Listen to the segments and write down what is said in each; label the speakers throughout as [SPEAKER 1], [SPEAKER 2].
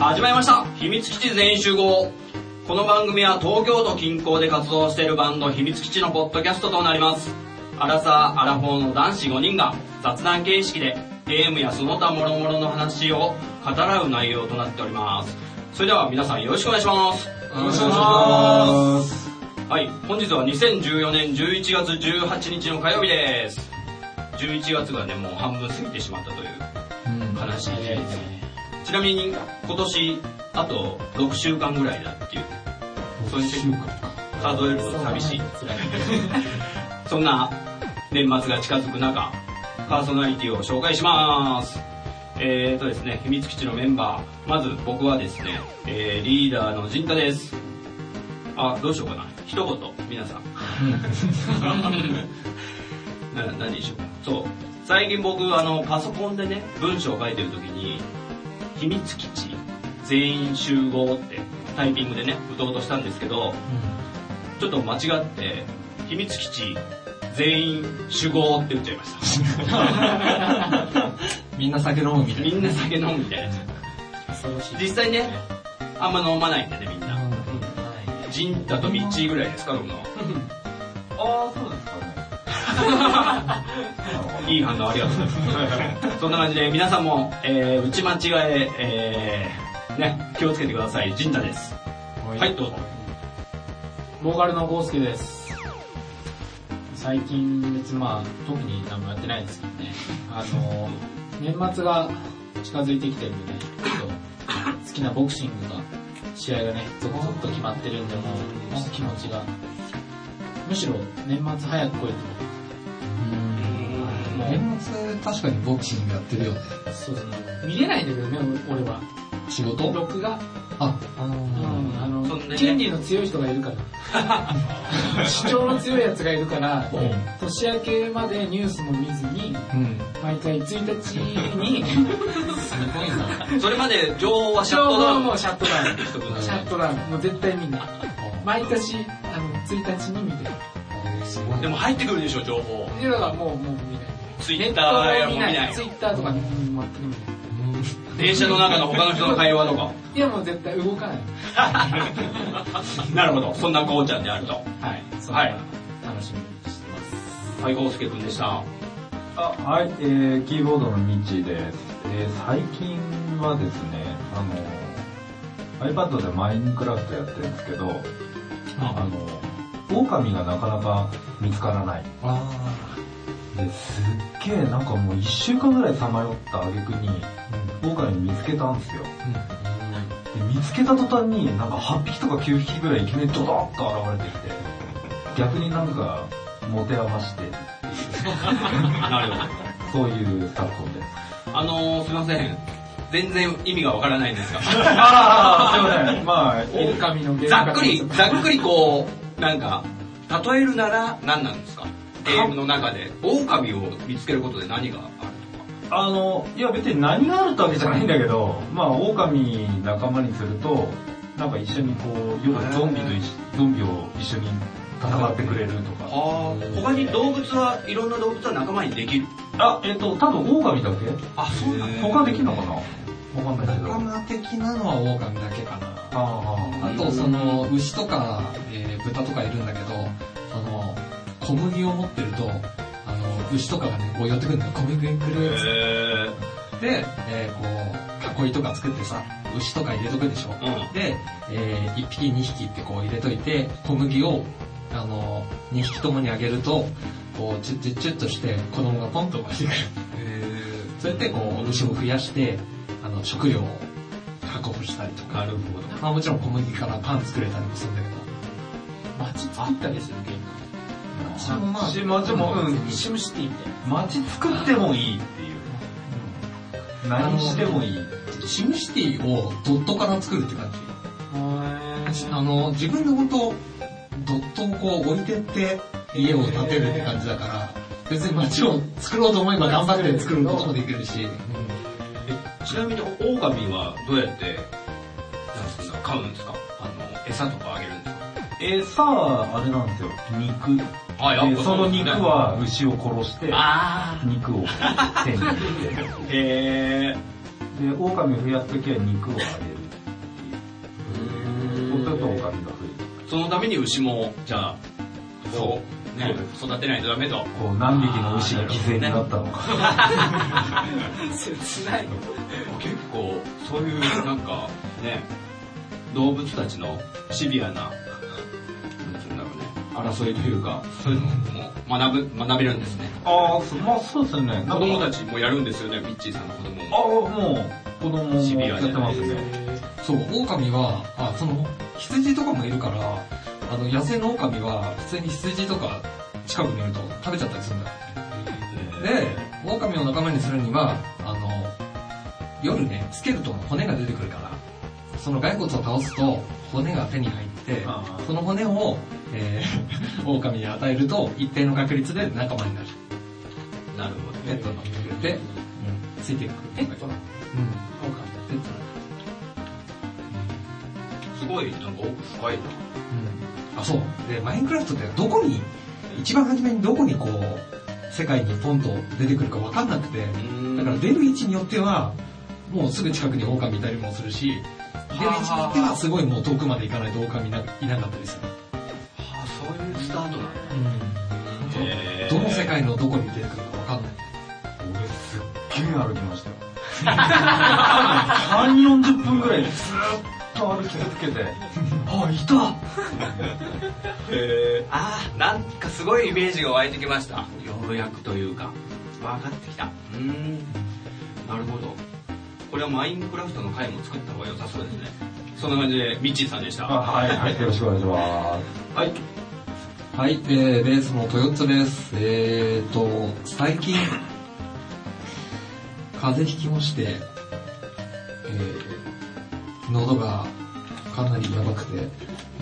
[SPEAKER 1] 始まりました秘密基地全員集合この番組は東京都近郊で活動しているバンド秘密基地のポッドキャストとなりますアラサー・アラフォーの男子5人が雑談形式でゲームやその他諸々の話を語らう内容となっておりますそれでは皆さんよろしくお願いします
[SPEAKER 2] よろしくお願いします
[SPEAKER 1] はい本日は2014年11月18日の火曜日です11月がねもう半分過ぎてしまったという悲しい日ですねちなみに今年あと6週間ぐらいだっていうそういう
[SPEAKER 2] 週間
[SPEAKER 1] 数えると寂しいそんな年末が近づく中パーソナリティを紹介しますえーとですね秘密基地のメンバーまず僕はですね、えーリーダーの陣太ですあどうしようかな一言皆さん な何でしょうかそう最近僕あのパソコンでね文章を書いてる時に秘密基地全員集合ってタイピングでね打とうとしたんですけどちょっと間違って秘密基地全員集合って打っちゃいまし
[SPEAKER 2] みんな酒飲むみ
[SPEAKER 1] た
[SPEAKER 2] たい
[SPEAKER 1] みんな酒飲むみたいな
[SPEAKER 2] 恐ろし
[SPEAKER 1] 実際ねあんま飲まないんだねみんな
[SPEAKER 2] は
[SPEAKER 1] ジンタとミッチーぐらいですか飲むの
[SPEAKER 3] ああ、そうですかね。
[SPEAKER 1] いい反応ありがとうございます。そんな感じで皆さんも、えー、打ち間違え、えー、ね、気をつけてください。陣太です。
[SPEAKER 2] い
[SPEAKER 1] はい、どうぞ。
[SPEAKER 2] ボーカルのゴースケです最近別にまあ特に何もやってないですけどねあの年末が近づいてきてるんでねちょっと好きなボクシングが試合がね続々と決まってるんでもうもう気持ちがむしろ年末早く来いともう
[SPEAKER 4] 年末確かにボクシングやってるよね
[SPEAKER 2] そうですね見れないんだけどね俺は
[SPEAKER 4] 仕事
[SPEAKER 2] 録画
[SPEAKER 4] ああ
[SPEAKER 2] うん
[SPEAKER 4] の
[SPEAKER 2] あ
[SPEAKER 1] そん
[SPEAKER 2] の
[SPEAKER 1] でね
[SPEAKER 2] 権利の強い人がいるから 主張の強いやつがいるから
[SPEAKER 4] うん
[SPEAKER 2] 年明けまでニュースも見ずに
[SPEAKER 4] うん
[SPEAKER 2] 毎回1日に
[SPEAKER 1] それまで情報はシャッ
[SPEAKER 2] 情
[SPEAKER 1] トダウ
[SPEAKER 2] 報
[SPEAKER 1] ン
[SPEAKER 2] もシャットダウン
[SPEAKER 1] しとく
[SPEAKER 2] シャットダウンもう絶対見ない毎年あの1日に見てる
[SPEAKER 4] すごい
[SPEAKER 1] でも入ってくるでしょ、情報。
[SPEAKER 2] っていうのがもうもう見ない
[SPEAKER 1] ツイッターやもう見ない
[SPEAKER 2] ツイ。ッターとかねもう全く見ない
[SPEAKER 1] 電車の中の他の人の会話とか。
[SPEAKER 2] いやもう絶対動かない
[SPEAKER 1] なるほど、そんなこうちゃんであると。
[SPEAKER 2] はいそん
[SPEAKER 1] は
[SPEAKER 2] ない楽しみにしてます
[SPEAKER 1] はい、ゴースケ君でした。
[SPEAKER 3] あはい、えー、キーボードのミッチーです。えー、最近はですね、あの、iPad でマインクラフトやってるんですけど、あの、狼がなかなか見つからない。
[SPEAKER 4] あ
[SPEAKER 3] ですっげえなんかもう一週間ぐらいさまよった挙句に、狼見つけたんですよ。で見つけた途端になんか8匹とか9匹ぐらいいきなりドドッと現れてきて逆になんか持て余して
[SPEAKER 1] なるほど。
[SPEAKER 3] そういう昨今です
[SPEAKER 1] あのー、すいません。全然意味がわからないんですが。
[SPEAKER 3] ああすいません まあ
[SPEAKER 2] 狼のゲーム
[SPEAKER 1] ざっく り、ざっくりこう、なんか、例えるなら何なんですかゲームの中で。狼を見つけることで何がある
[SPEAKER 3] あのいや別に何があるってわけじゃないんだけどまあ狼仲間にするとなんか一緒にこう夜ゾンビと一緒ゾンビを一緒に戦ってくれると
[SPEAKER 1] とか
[SPEAKER 3] か
[SPEAKER 1] はあ、他に動物はいろんな動物は仲間にできる。
[SPEAKER 3] あえっと多分狼だけ
[SPEAKER 1] あ、そうなんだ
[SPEAKER 3] 他できんのかなわかんないけどあ
[SPEAKER 4] 仲間的なのは狼だけかな
[SPEAKER 3] あ
[SPEAKER 4] あとその牛とか、えー豚とかいるんだけどその小麦を持ってるとあの牛とかがねこう寄ってくるんだよ小麦くるっつっ
[SPEAKER 1] へ
[SPEAKER 4] て、えーこう囲いとか作ってさ牛とか入れとくでしょ
[SPEAKER 1] ーうん。
[SPEAKER 4] で、え1匹2匹ってこう入れといて小麦をあの2匹ともにあげるとこうチュッチュッチュッとして子供がポンと生まれてくるそうやってこう牛を増やしてあの食料を確保したりとか、
[SPEAKER 1] なるほど。
[SPEAKER 4] まあ、もちろん小麦からパン作れたりもするんだけど
[SPEAKER 2] 街作ったりするゲーム
[SPEAKER 4] ちゃんまあ
[SPEAKER 3] 街もうん
[SPEAKER 2] シムシティみたい
[SPEAKER 3] 街作ってもいいっていう何してもいい
[SPEAKER 4] シムシティをドットから作るって感じ
[SPEAKER 2] な
[SPEAKER 4] あの自分で本当ドットをこう置いてって家を建てるって感じだから別に街を作ろうと思えば頑張って作ることもできるし、
[SPEAKER 1] えちなみに狼はどうやって、なんすか、飼うんですかあの、餌とかあげるんですか
[SPEAKER 3] えー、さあ、あれなんですよ。肉。
[SPEAKER 1] あ
[SPEAKER 3] でその肉。
[SPEAKER 1] やっぱ
[SPEAKER 3] は牛を殺して、
[SPEAKER 1] あ
[SPEAKER 3] 肉を手に入れ
[SPEAKER 1] ー
[SPEAKER 3] て。
[SPEAKER 1] へえ。
[SPEAKER 3] で、狼を増やすときは肉をあげる。がみが増える。
[SPEAKER 1] そのために牛も、じゃあ、
[SPEAKER 3] そ
[SPEAKER 1] ね、育てないとダメと。
[SPEAKER 3] う。こう何匹の牛が犠牲になったのか。
[SPEAKER 1] 切ない。結構、そういう、なんか、ね、動物たちのシビアな、なんていうんだろうね、争いというか、そういうのも学ぶ、学べるんですね。
[SPEAKER 3] ああ、そまあそうですよね。なんか
[SPEAKER 1] 子供たちもやるんですよね、ミッチーさんの子供
[SPEAKER 3] ああ、
[SPEAKER 1] も。
[SPEAKER 3] もう、子供も
[SPEAKER 1] シビ
[SPEAKER 3] や
[SPEAKER 1] ア
[SPEAKER 3] っ
[SPEAKER 1] じゃ
[SPEAKER 3] て
[SPEAKER 1] な
[SPEAKER 3] ま
[SPEAKER 1] い
[SPEAKER 3] すね。
[SPEAKER 5] そう、狼は、あ、その、羊とかもいるから、あの、野生の狼は、普通に羊とか近くにいると食べちゃったりするんだよ。で、狼を仲間にするには、あの、夜ね、スケルトンの骨が出てくるから、その骸骨を倒すと、骨が手に入って、
[SPEAKER 3] あ
[SPEAKER 5] その骨を、えー、 狼に与えると、一定の確率で仲間になる。
[SPEAKER 1] なるほど
[SPEAKER 5] ペットのくれて、うんついてくる。
[SPEAKER 2] ペットなの
[SPEAKER 5] うん、ペットなんだ
[SPEAKER 1] すごい、なんか奥深いな。
[SPEAKER 5] あ、そう。で、マインクラフトってどこに、一番初めにどこにこう、世界にポンと出てくるかわかんなくて、だから出る位置によっては、もうすぐ近くに狼いたりもするし、出る位置によってはすごいもう遠くまで行かないと狼いないなかったりする。
[SPEAKER 1] あそういうスタートなんだ。
[SPEAKER 5] そう
[SPEAKER 1] へー
[SPEAKER 5] どの世界のどこに出てくるかわかんない。
[SPEAKER 3] 俺すっげえ歩きましたよ。3、40分ぐらいずっと歩き続けて、あ、いた
[SPEAKER 1] へーあーなんかすごいイメージが湧いてきましたようやくというか分かってきたうーんなるほどこれはマインクラフトの回も作った方が良さそうですねそんな感じでミッチーさんでした
[SPEAKER 3] あはい、はい、よろしくお願いします。はい。
[SPEAKER 5] はい、えー、ベースのトヨッツです。えーと、最近、風邪ひきまして、えー、喉がかなりやばくて、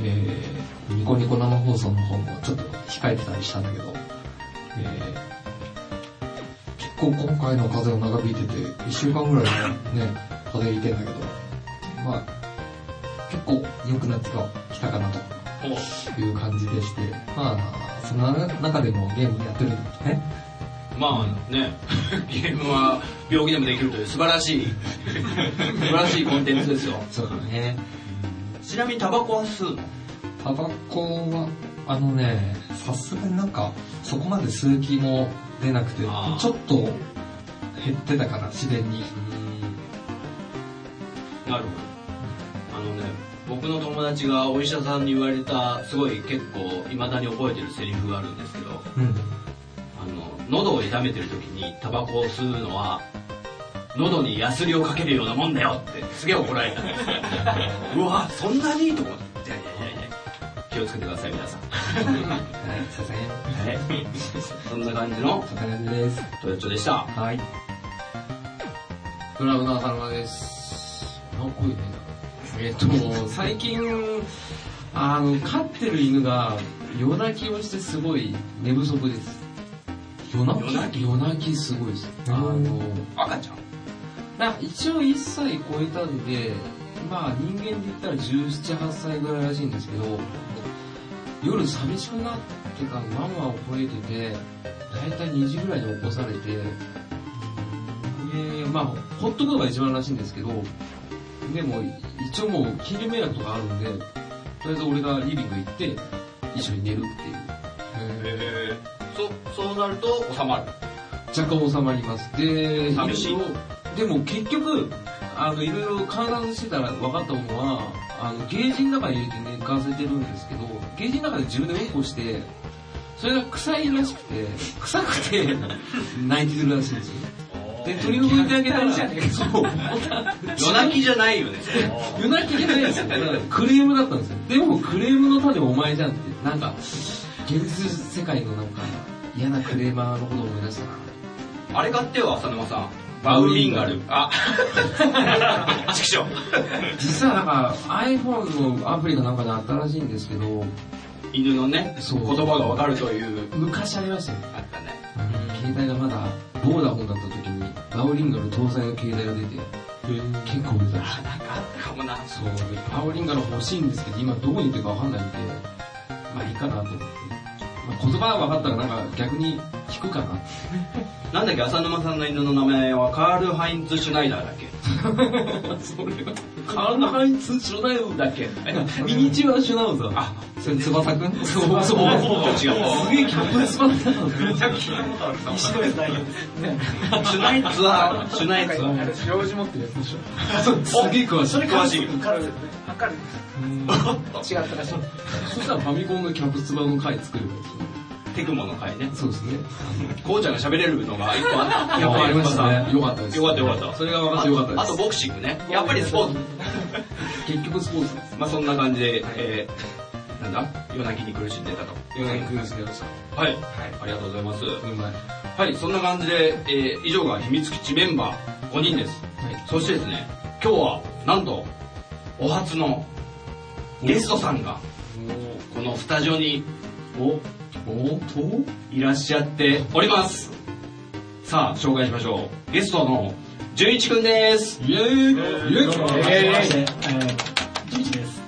[SPEAKER 5] えー、ニコニコ生放送の方もちょっと控えてたりしたんだけど、えー、結構今回の風邪を長引いてて、1週間ぐらいね、風邪ひいてんだけど、まあ、結構良くなってきたかなと。
[SPEAKER 1] お
[SPEAKER 5] という感じでして、まあ、その中でもゲームやってるんですね。
[SPEAKER 1] まあね ゲームは病気でもできるという素晴らしい素晴らしいコンテンツですよ
[SPEAKER 5] そうだね。
[SPEAKER 1] ちなみにタバコは吸うの
[SPEAKER 5] タバコは、あのね、さすがになんか、そこまで吸う気も出なくて、ち
[SPEAKER 1] あー
[SPEAKER 5] ょっと減ってたから、自然に。
[SPEAKER 1] なるほどあのね僕の友達がお医者さんに言われたすごい結構未だに覚えてるセリフがあるんですけど
[SPEAKER 5] うん。
[SPEAKER 1] あの喉を痛めてる時にタバコを吸うのは喉にヤスリをかけるようなもんだよってすげえ怒られたんですようわそんなにいいと思っていやいやいやいや気をつけてください皆さんは
[SPEAKER 5] はい、さすがに。
[SPEAKER 1] いそんな感じの
[SPEAKER 5] そんな感じです。
[SPEAKER 1] トヨッチョでした
[SPEAKER 5] はい。
[SPEAKER 4] ドラムの浅沼です。なんか多いね。えっと、 最近、あの、飼ってる犬が夜泣きをしてすごい寝不足です。夜
[SPEAKER 1] 泣き
[SPEAKER 4] 夜泣きすごいです。あの、
[SPEAKER 1] 赤ちゃん
[SPEAKER 4] な一応1歳超えたんで、まあ人間で言ったら17、8歳ぐらいらしいんですけど、夜寂しくなってからママを吠えてて、だいたい2時ぐらいに起こされて、で、まあ、ほっとくのが一番らしいんですけど、でも、一応もう、近所迷惑とかあるんで、とりあえず俺がリビング行って、一緒に寝るっていう。
[SPEAKER 1] へえそそうなると収まる
[SPEAKER 4] 若干収まります。で、
[SPEAKER 1] 寂しい
[SPEAKER 4] 一応でも結局、あの、いろいろ観察してたら分かったものは、あの、ゲージの中に入れて寝かせてるんですけど、ゲージの中で自分でうんこして、それが臭いらしくて、臭くて、 泣いてるらしいんですよ。で、取り除いてあげたら、そう、
[SPEAKER 1] 夜泣きじゃないよね
[SPEAKER 4] 夜泣きじゃないですよ。だからクレームだったんですよ。でもクレームの種お前じゃんって、なんか、現実世界のなんか嫌なクレーマーのことを思い出したな。
[SPEAKER 1] あれ買ってよ浅沼さんバウリンガル あ畜生
[SPEAKER 4] 実はなんか iPhone のアプリがなんかであったらしいんですけど、
[SPEAKER 1] 犬のね
[SPEAKER 4] そう
[SPEAKER 1] 言葉がわかるという
[SPEAKER 4] 昔ありましたね。
[SPEAKER 1] あったね
[SPEAKER 4] 携帯がまだボーダフォンだった時に、バオリンガの搭載の携帯が出て、結構売れたらしい。
[SPEAKER 1] なんかあったかもな
[SPEAKER 4] そう、パオリンガの欲しいんですけど、今どこに売ってるかわかんないんで、まあいいかなと思って。まあ、言葉が分かったらなんか逆に聞くかな。
[SPEAKER 1] なんだっけ、浅沼さんの犬の名前はカール・ハインツ・シュナイダーだっけ
[SPEAKER 4] それは、カナイツシュナウだっけミニチュアシュナウザ。あ、
[SPEAKER 5] それ翼くん
[SPEAKER 4] そう、 そう、そう、違う。すげえキャップで座って たの。めちゃくちゃ。
[SPEAKER 6] 石のやつないよです。
[SPEAKER 1] シュナイツは、シュナイツは、
[SPEAKER 2] あれ、用事持ってるやつでしょ。
[SPEAKER 4] すげえ詳しい。
[SPEAKER 6] それ詳しい。カ ルカル違ったらしい。
[SPEAKER 4] そしたらファミコンのキャップツバの回作るわですね
[SPEAKER 1] テクモの会ね。
[SPEAKER 4] そうですね。
[SPEAKER 1] こうちゃんが喋れるのが一個あった。
[SPEAKER 4] やっぱありましたね。よかったです。
[SPEAKER 1] よかったよかった。
[SPEAKER 4] それが分かってよかったです。
[SPEAKER 1] あとボクシングね。やっぱりスポーツ。
[SPEAKER 4] 結局スポーツです。
[SPEAKER 1] まあそんな感じで、えー、なんだ夜泣きに苦しんでたと。
[SPEAKER 4] ヨネクルスケでした。
[SPEAKER 1] はい。ありがとうございます。
[SPEAKER 4] うまい。
[SPEAKER 1] はい、そんな感じで、えー、以上が秘密基地メンバー5人です。
[SPEAKER 4] はい
[SPEAKER 1] そしてですね、今日はなんと、お初のゲストさんが、このスタジオに、お、おといらっしゃっております。さあ、紹介しましょう。ゲストの、純一くんです。
[SPEAKER 4] イェーイイェーイ
[SPEAKER 6] えー、ジュです。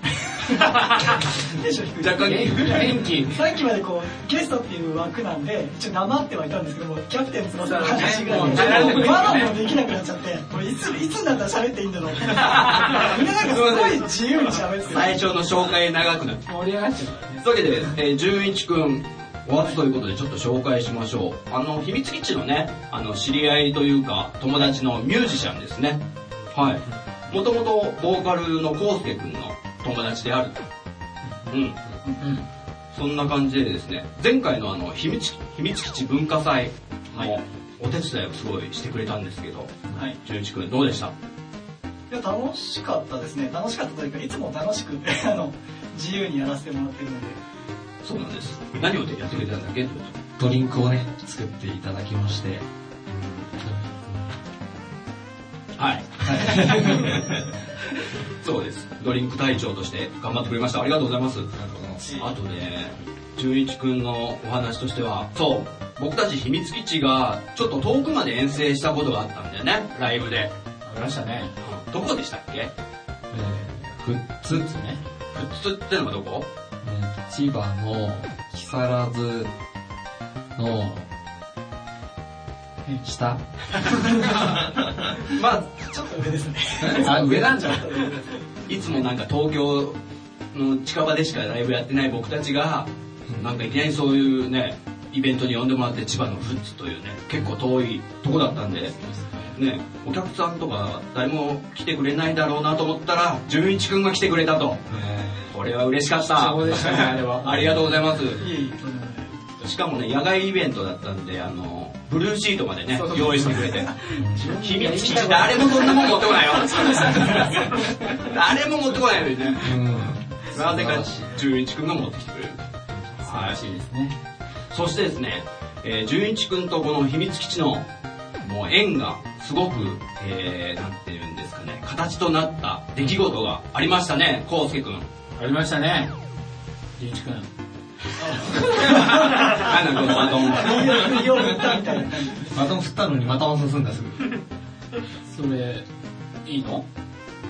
[SPEAKER 6] テンション低い。
[SPEAKER 1] 若干、元気。
[SPEAKER 6] さっきまでこう、ゲストっていう枠なんで、ちょっと黙ってはいたんですけども、キャプテン翼の話ぐらいで、まだもできなくなっちゃって、これいつ、いつになったら喋っていいんだろう。みんななんかすごい自由に喋って
[SPEAKER 1] 最初の紹介長くなる。
[SPEAKER 2] 盛り上がっち ゃうからね。
[SPEAKER 1] というわけで、えー、純一くん、お初ということでちょっと紹介しましょう。あの、秘密基地のね、あの、知り合いというか、友達のミュージシャンですね。はい。もともと、ボーカルのコウスケくんの友達であると。うん。そんな感じでですね、前回のあの、秘密、秘密基地文化祭も、お手伝いをすごいしてくれたんですけど、
[SPEAKER 6] はい。
[SPEAKER 1] 純一くんどうでした
[SPEAKER 6] いや楽しかったですね楽しかったというかいつも楽しく あの自由にやらせてもらってるので
[SPEAKER 1] そうなんです。何をやってくれたんだっけってこと
[SPEAKER 5] ドリンクをね、作っていただきまして、
[SPEAKER 1] はい。そうです。ドリンク隊長として頑張ってくれました。ありがとうございます。あとね、純一くんのお話としては、そう、僕たち秘密基地がちょっと遠くまで遠征したことがあったんだよね、ライブで。
[SPEAKER 2] ありましたね。
[SPEAKER 1] どこでしたっけ
[SPEAKER 5] えー、富津ですね。
[SPEAKER 1] 普通ってのはどこ
[SPEAKER 5] えー千葉の木更津の下
[SPEAKER 1] まあ、
[SPEAKER 6] ちょっと上ですね
[SPEAKER 5] あ、上なんじゃん。
[SPEAKER 1] いつもなんか東京の近場でしかライブやってない僕たちが、なんかいきなりそういうね、イベントに呼んでもらって千葉のフッツというね、結構遠いとこだったんで、ね、お客さんとか誰も来てくれないだろうなと思ったら、純一くんが来てくれたと。これは嬉しかった。
[SPEAKER 2] そうでしたね あれは
[SPEAKER 1] ありがとうございま
[SPEAKER 6] い
[SPEAKER 1] す。
[SPEAKER 6] えいえとんでもない
[SPEAKER 1] しかもね、野外イベントだったんで、あの、ブルーシートまでね、用意してくれて。秘密基地誰もそんなもん持ってこない よ。誰も持ってこないのにね。なぜか純一くんが持ってきてくれる。はい、しいですね。そしてですね、えー、純一くんとこの秘密基地のもう縁がすごく、えー、なんていうんですかね、形となった出来事がありましたね、こうすけくん。
[SPEAKER 2] ありましたね。純一くん。
[SPEAKER 1] なんだこのバトン。
[SPEAKER 6] いいよ言ったみたいな感じ
[SPEAKER 5] バトン振ったのにまた押すんです。
[SPEAKER 2] それ、いいの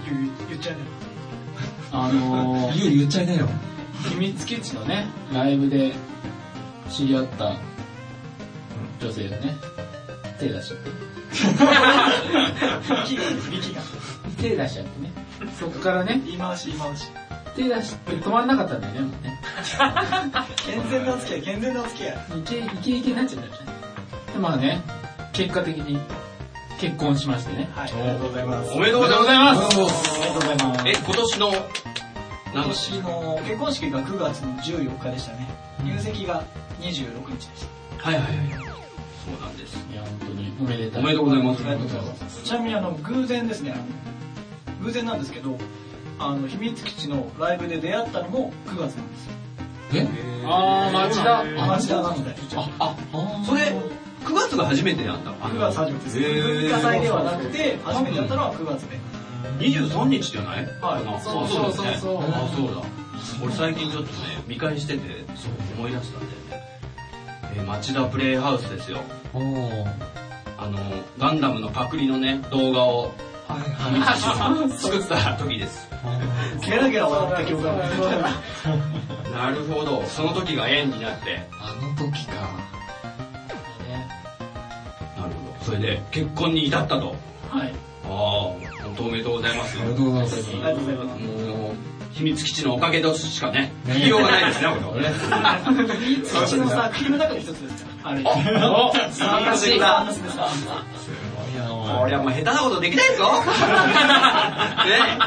[SPEAKER 6] 言う言っちゃうね
[SPEAKER 2] あのー、
[SPEAKER 5] 言う言っちゃいなよ。
[SPEAKER 2] 秘密基地のね、ライブで知り合った女性がね、手出しちゃって。
[SPEAKER 6] 力が力が
[SPEAKER 2] 手出しちゃってね。そっからね、
[SPEAKER 6] 言い回し言い回し
[SPEAKER 2] 手出して止まらなかったんだよね、もうね。
[SPEAKER 6] 健全なお付き合い健全なお付き合い
[SPEAKER 2] いけ、いけいけになっちゃったよね。で、まあね、結果的に結婚しましてね。
[SPEAKER 6] はいありがとうございます
[SPEAKER 1] おめでとうございます。
[SPEAKER 6] ありがとうございます
[SPEAKER 1] え、今年の、
[SPEAKER 6] 今
[SPEAKER 1] 何の
[SPEAKER 6] 年の結婚式が9月の14日でしたね入籍が26日でした
[SPEAKER 1] はいはいはい。そうなんです。
[SPEAKER 2] いや、本当におめでた
[SPEAKER 1] お
[SPEAKER 2] い。
[SPEAKER 1] めでとうございます。
[SPEAKER 6] ありがとうございますちなみにあの偶然ですねあの偶然なんですけどあの秘密基地のライブで出会ったのも9月なんですよ
[SPEAKER 2] あー、町田。
[SPEAKER 6] 町田なので
[SPEAKER 1] それ、9月が初めてなんだ。
[SPEAKER 6] 9月初めてです。
[SPEAKER 1] へー
[SPEAKER 6] 文化祭ではなくて、初めてやったのは9月で。
[SPEAKER 1] 23日じゃない
[SPEAKER 6] はい
[SPEAKER 2] そうそうそうそう
[SPEAKER 1] あ、そうだ。俺最近ちょっとね、見返してて、そう思い出したんだよね。えー、町田プレイハウスですよ。
[SPEAKER 5] おー。
[SPEAKER 1] あの、ガンダムのパクリのね、動画を
[SPEAKER 5] はいはい。
[SPEAKER 1] 作った時です。
[SPEAKER 6] ゲラゲラ笑った記憶がある。
[SPEAKER 1] なるほど。その時が縁になって。
[SPEAKER 5] あの時か。
[SPEAKER 1] なるほど。それで、結婚に至ったと。
[SPEAKER 6] はい。
[SPEAKER 1] ああ、当おめでとうございます。
[SPEAKER 5] ありがとうございます。
[SPEAKER 6] りがとうございます。
[SPEAKER 1] もう、秘密基地のおかげとしかね、言いようがないですね、これ。
[SPEAKER 6] うちのさ、国の中の一つですから。あれ。
[SPEAKER 1] 参加してき
[SPEAKER 6] サー
[SPEAKER 1] た
[SPEAKER 6] カ。スでさ、
[SPEAKER 1] これはもう下手なことでき ないぞね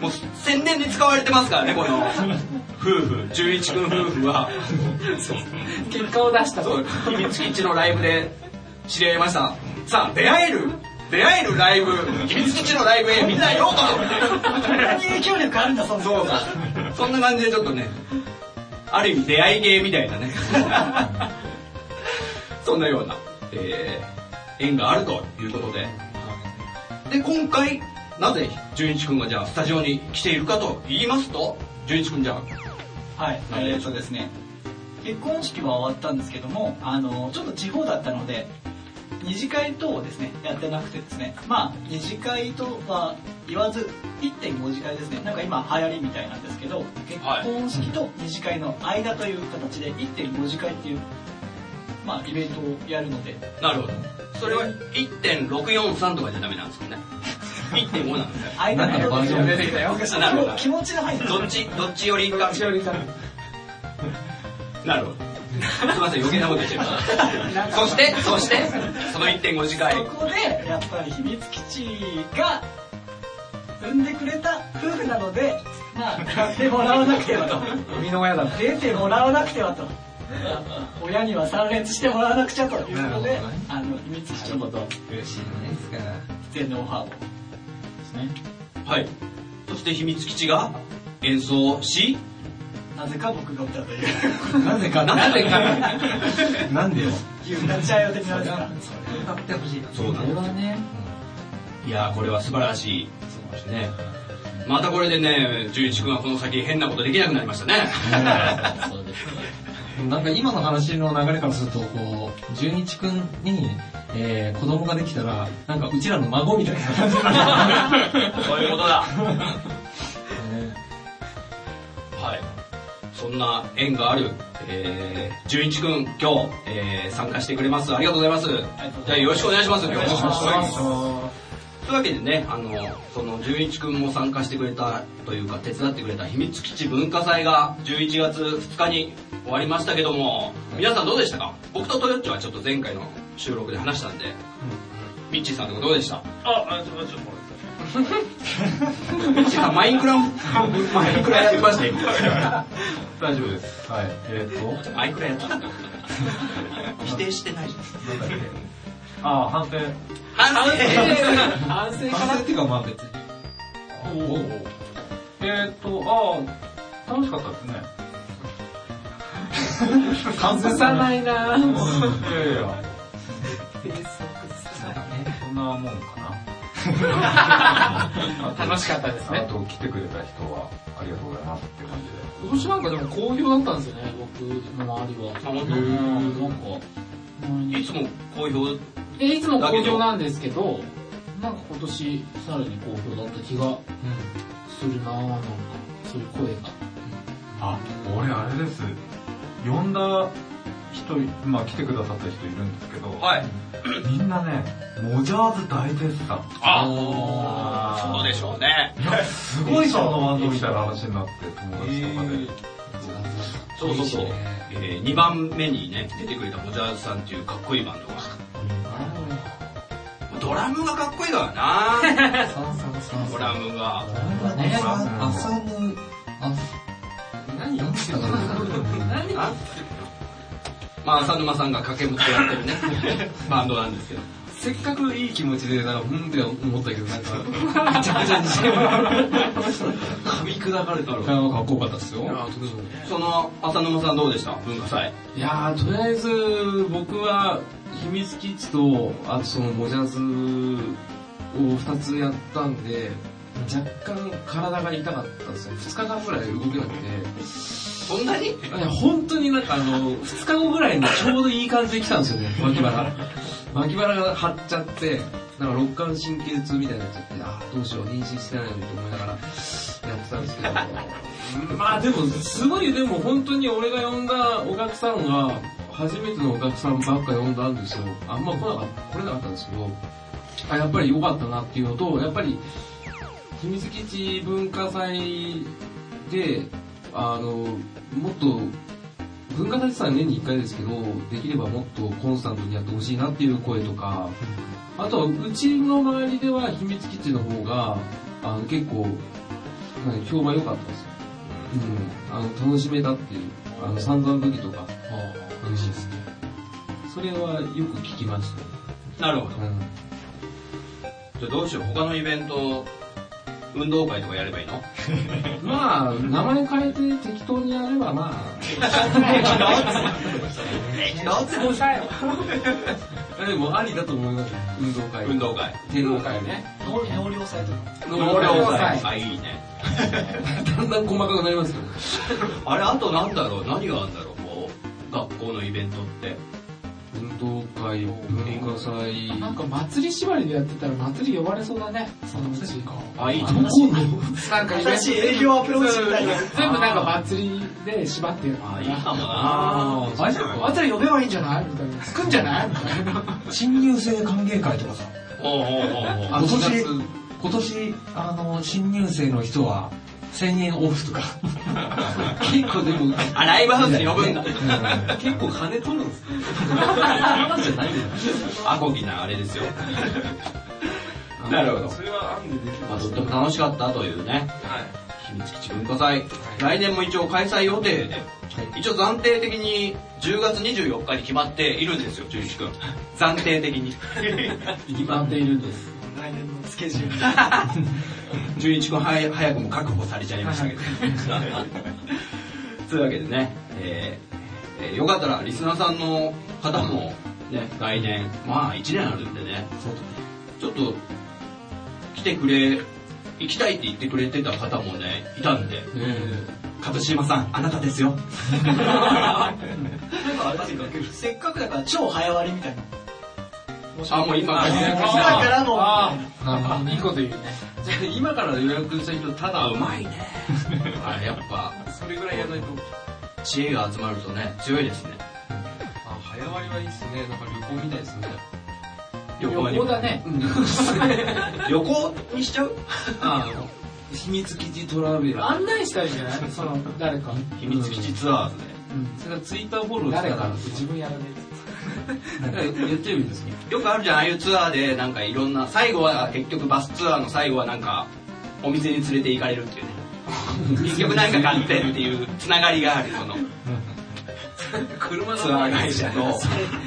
[SPEAKER 1] もう宣伝に使われてますからね、この夫婦、純一君夫婦は。結果を出したそう秘密基地のライブで知り合いました。さあ、出会える出会えるライブ、秘密基地のライブへみんなようこ
[SPEAKER 6] こんなに影響力あるんだ、そんな。
[SPEAKER 1] そそうだ。 そんな感じでちょっとね、ある意味出会い系みたいなね。 そんなような、えー縁があるということで。で、今回、なぜ純一くんがじゃあスタジオに来ているかと言いますと、純一くんじゃ
[SPEAKER 6] はい、えーとですね、結婚式は終わったんですけども、あの、ちょっと地方だったので、二次会等をですね、やってなくてですね、まあ、二次会とは言わず、1.5次会ですね、なんか今流行りみたいなんですけど、結婚式と二次会の間という形で、1.5次会っていう、まあ、イベントをやるので、
[SPEAKER 1] あ、なるほど。それは1.643とかじゃダメなんですよね。1.5なんですよ。
[SPEAKER 6] 間のことですよ
[SPEAKER 2] 出てきたよ。
[SPEAKER 1] なるほど
[SPEAKER 6] 気持ちの範囲
[SPEAKER 1] どっち、どっちよりか。なるほど。すいません、余計なこと言ってました。そして、そして、その1.5次会
[SPEAKER 6] そ。こでやっぱり秘密基地が産んでくれた夫婦なのでまあ買ってもらわなくてはと
[SPEAKER 2] 生みの親だった。
[SPEAKER 6] 出てもらわなくてはと親には参列してもらわなくちゃということであの秘密基地の
[SPEAKER 5] 嬉しいねですから。
[SPEAKER 6] 出演のオファーを
[SPEAKER 1] はい。そして秘密基地が演奏し、
[SPEAKER 6] なぜか僕が歌うという
[SPEAKER 5] なぜか、なぜか。なんでよ。
[SPEAKER 6] いう立ち会いを的なですか
[SPEAKER 5] 歌ってほしいな。
[SPEAKER 1] そうだ
[SPEAKER 2] これはね、
[SPEAKER 1] いやーこれは素晴らしい。ね。またこれでね、純一君はこの先変なことできなくなりましたね。
[SPEAKER 5] なんか今の話の流れからすると、こう、純一くんに、えー、子供ができたら、なんかうちらの孫みたいな感じになる
[SPEAKER 1] そういう ことだ。はい。そんな縁がある、えー、純一君、今日、えー、参加してくれます。ありがとうございます。じゃあよろしくお願いします。今日もというわけでね、あの、その、純一くんも参加してくれたというか、手伝ってくれた秘密基地文化祭が11月2日に終わりましたけども、皆さんどうでしたか僕とトヨッチョはちょっと前回の収録で話したんで、ミッチーさんとかどうでした
[SPEAKER 7] あ、あ、ちょっと待って、ちょっと待って。
[SPEAKER 1] ミッチーさんマインクラ、マインクラやってましたよ。
[SPEAKER 3] 大丈夫です。はい。えー、っと、なんだっ
[SPEAKER 1] マイクラやってたんだ。否定してないじゃん。
[SPEAKER 3] け。ああ、反省。
[SPEAKER 1] 反省
[SPEAKER 5] 反省からっていうか、まあ別に。
[SPEAKER 3] えー、っと、ああ、楽しかったです ね。
[SPEAKER 2] 外さないなぁ。
[SPEAKER 3] いやいや。そんなもんかな。
[SPEAKER 2] 楽しかったです
[SPEAKER 3] あ
[SPEAKER 2] ね。
[SPEAKER 3] と来てくれた人はありがとうございますっていう感じで。
[SPEAKER 2] 今年なんかでも好評だったんですよね、僕の周りは。
[SPEAKER 1] あ本当
[SPEAKER 2] うんなんかうん
[SPEAKER 1] いつも好評
[SPEAKER 2] えいつも好評なんですけど、なんか今年さらに好評だった気がするなぁ、なんか、そういう声が。
[SPEAKER 3] あ、俺あれです。呼んだ人、まあ来てくださった人いるんですけど、
[SPEAKER 1] はい。
[SPEAKER 3] みんなね、モジャーズ大絶賛。
[SPEAKER 1] あそうでしょうね。
[SPEAKER 3] すごいそのバンドみたいな話になって、友達とかで。
[SPEAKER 1] そうそうそ
[SPEAKER 5] いうい。ね
[SPEAKER 1] えー、2番目にね、出てくれたモジャーズさんっていうかっこいいバンドが。ドラムがかっこいいからな
[SPEAKER 5] 三三三
[SPEAKER 1] ドラムが。
[SPEAKER 5] ね、あ、そういう、あ、何やってたかな。
[SPEAKER 1] あまあ、浅沼さんが掛け持ちやってるね、 バンドなんですけど。
[SPEAKER 5] せっかくいい気持ちで、なんか、うんって思ったけど、なん か、ぐちゃぐちゃにして 噛み砕かれたら。なんかかっこよかったっすよ。
[SPEAKER 1] その、浅沼さんどうでした文化祭。
[SPEAKER 4] いやー、とりあえず、僕は、秘密基地と、あとその、モジャズを二つやったんで、若干体が痛かったんですよ。二日間ぐらい動けなくて。
[SPEAKER 1] そんなに
[SPEAKER 4] いや本当になんかあの、二日後ぐらいにちょうどいい感じで来たんですよね、脇腹。 脇腹が張っちゃって、なんか肋間神経痛みたいになっちゃって、あーどうしよう、妊娠してないのにと思いながらやってたんですけど。まあでも、すごい、でも本当に俺が呼んだお客さんが、初めてのお客さんばっか呼んだんですよ。あんま来なかった、来れなかったんですけど、あやっぱり良かったなっていうのと、やっぱり、秘密基地文化祭で、あの、もっと、文化祭さん年に1回ですけど、できればもっとコンスタントにやってほしいなっていう声とか、あとはうちの周りでは秘密基地の方が、あの結構、なんか評判良かったですよ。うん、あの楽しめたっていう、あの散々武器とか、嬉しいですね。それはよく聞きました、ね。
[SPEAKER 1] なるほど。
[SPEAKER 4] うん
[SPEAKER 1] じゃあどうしよう、他のイベント、運動会とかやればいいの
[SPEAKER 4] まあ、名前変えて適当にやればまあ。でもありだと思います。運動会。
[SPEAKER 1] 運動会。
[SPEAKER 4] 天皇会ね。
[SPEAKER 6] 納涼祭とか。
[SPEAKER 1] 農業祭。あ、いいね。
[SPEAKER 4] だんだん細かくなりますけど。
[SPEAKER 1] あれ、あとなんだろう、何があるんだろう、こう、学校のイベントって。
[SPEAKER 4] 運動会、文化祭。
[SPEAKER 2] なんか祭り縛りでやってたら祭り呼ばれそうだね。そのうち。
[SPEAKER 1] あ、いいね。
[SPEAKER 2] なんかイベン
[SPEAKER 6] 新
[SPEAKER 2] ト
[SPEAKER 6] しい営業アプローチみたいな。
[SPEAKER 2] 全部なんか祭りで縛ってる
[SPEAKER 1] あ、いいかも
[SPEAKER 2] あ
[SPEAKER 1] な
[SPEAKER 2] あ、祭り呼べばいいんじゃないみたいな。つくんじゃないみたいな。
[SPEAKER 5] 新入生歓迎会とかさ、
[SPEAKER 1] おうおうおうお
[SPEAKER 5] 今
[SPEAKER 1] う
[SPEAKER 5] 年、今年、あの、新入生の人は、1000円オフとか。
[SPEAKER 4] 結構で も、
[SPEAKER 1] あ、ライブハウスに呼ぶんだ。
[SPEAKER 4] 結構金取るんですね。じゃないんだよ。
[SPEAKER 1] アコギなあれですよ。なるほど。
[SPEAKER 7] それは案ででき
[SPEAKER 1] ま
[SPEAKER 7] ま
[SPEAKER 1] あ、
[SPEAKER 7] す
[SPEAKER 1] とっても楽しかったというね、
[SPEAKER 7] はい。
[SPEAKER 1] 秘密基地文化祭、来年も一応開催予定で、一応暫定的に10月24日に決まっているんですよ、中 一君。暫定的に。
[SPEAKER 2] 決まっているんです。
[SPEAKER 6] 来年のスケジュール。
[SPEAKER 1] 純一君はや早くも確保されちゃいま したけど。というわけでね、えーえーよかったらリスナーさんの方も、ね、来年、まあ1年あるんでね、ちょっと来てくれ、行きたいって言ってくれてた方もね、いたんで、片島さん、あなたですよ。
[SPEAKER 6] なんかあれですよせっかくだから超早割りみたいな。
[SPEAKER 1] あ、もう今から予約
[SPEAKER 6] 今
[SPEAKER 1] したら
[SPEAKER 6] からの。
[SPEAKER 2] いいこと言うね。
[SPEAKER 4] 今から予約した人、ただ
[SPEAKER 1] うまいね。 あやっぱ、
[SPEAKER 7] それぐらいやらないと。
[SPEAKER 1] 知恵が集まるとね、強いですね。
[SPEAKER 4] あ、早割りはいいっすね。なんか旅行みたいですね。
[SPEAKER 1] 旅行に
[SPEAKER 2] 旅行だね。
[SPEAKER 1] 旅行にしちゃう
[SPEAKER 4] あの、秘密基地トラベラー。
[SPEAKER 2] 案内したらいいんじゃないその、誰か。
[SPEAKER 1] 秘密基地ツアーズで。
[SPEAKER 4] それからツイッターフォローした
[SPEAKER 2] 誰
[SPEAKER 4] ら、
[SPEAKER 2] か
[SPEAKER 4] なん。
[SPEAKER 2] 自分やらね
[SPEAKER 4] かやってるんですか
[SPEAKER 1] よくあるじゃん、ああいうツアーで、なんかいろんな、最後は結局バスツアーの最後はなんか、お店に連れて行かれる っていうね。結局なんか買ってっていうつながりがある、この
[SPEAKER 4] 車の
[SPEAKER 1] ツアー会社 と。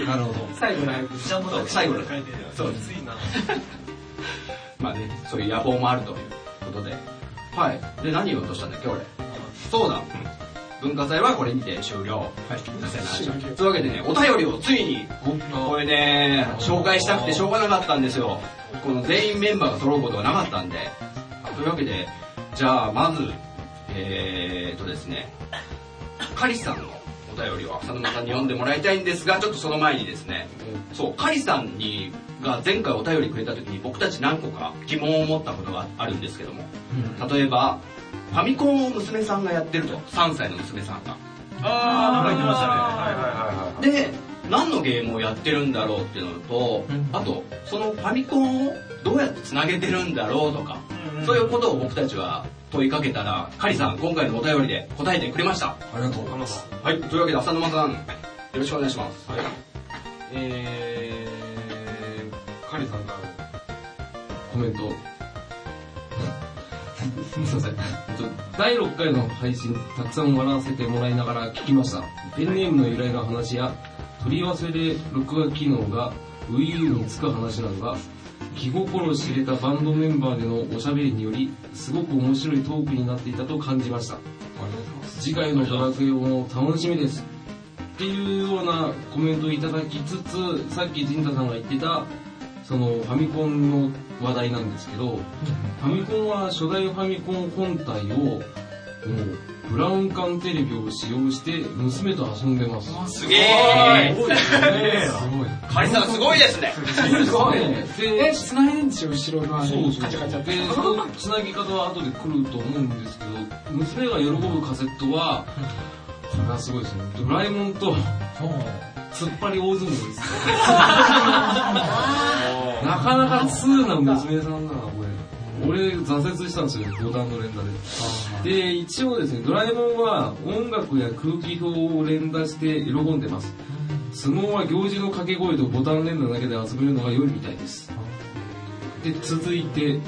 [SPEAKER 5] なるほど。
[SPEAKER 2] 最後ライブ。
[SPEAKER 6] ジャンボだ
[SPEAKER 1] そう最後だ
[SPEAKER 7] 書いてるそう、ついな。
[SPEAKER 1] まあね、そういう野望もあるということで。はい。で、何言おうとしたんだっけ、俺。そうだ。文化祭はこれにて終了。はい。というわけでね、お便りをついに、これね、紹介したくてしょうがなかったんですよ。この全員メンバーが揃うことがなかったんで。というわけで、じゃあまず、えーっとですね、カリスさんのお便りを浅沼さんに読んでもらいたいんですが、ちょっとその前にですね、そう、カリさんに、が前回お便りくれた時に僕たち何個か疑問を持ったことがあるんですけども、例えば、ファミコンを娘さんがやってると、3歳の娘さんが。
[SPEAKER 7] あー、なんか言ってましたね。はいはいはい。
[SPEAKER 1] で、何のゲームをやってるんだろうっていうのと、あと、そのファミコンをどうやって繋げてるんだろうとか、そういうことを僕たちは問いかけたら、カリさん、今回のお便りで答えてくれました。
[SPEAKER 5] ありがとうございます。
[SPEAKER 1] はい、というわけで浅沼さん、よろしくお願いします。はい。
[SPEAKER 4] えー、カリさんからのコメント。 すいません。第6回の配信、たくさん笑わせてもらいながら聞きました。ペンネームの由来の話や、取り忘れ録画機能が Wii U につく話などが、気心知れたバンドメンバーでのおしゃべりにより、すごく面白いトークになっていたと感じました。次回のドラクエも楽しみです。っていうようなコメントをいただきつつ、さっき陣太さんが言ってた、そのファミコンの話題なんですけど、ファミコンは初代ファミコン本体を、もう、ブラウン管テレビを使用して娘と遊んでます。
[SPEAKER 1] すげえカリさんすごいですね。
[SPEAKER 2] すごい
[SPEAKER 4] ね
[SPEAKER 2] ね。
[SPEAKER 4] で
[SPEAKER 2] え、繋いでんでしょ後ろ側
[SPEAKER 4] そう
[SPEAKER 2] に。
[SPEAKER 4] そう
[SPEAKER 2] カチャカチャって。
[SPEAKER 4] で、そのつなぎ方は後で来ると思うんですけど、娘が喜ぶカセットは、これはすごいですね。ドラえもんと、
[SPEAKER 5] 突っ張り大相撲です。
[SPEAKER 4] なかなか2な娘さんだな、これ。俺、挫折したんですよ、5段の連打で。で、一応ですね、ドラえもんは音楽や空気表を連打して喜んでます。相撲は行事の掛け声とボタン連打だけで遊べるのが良いみたいです。で、続いて、フ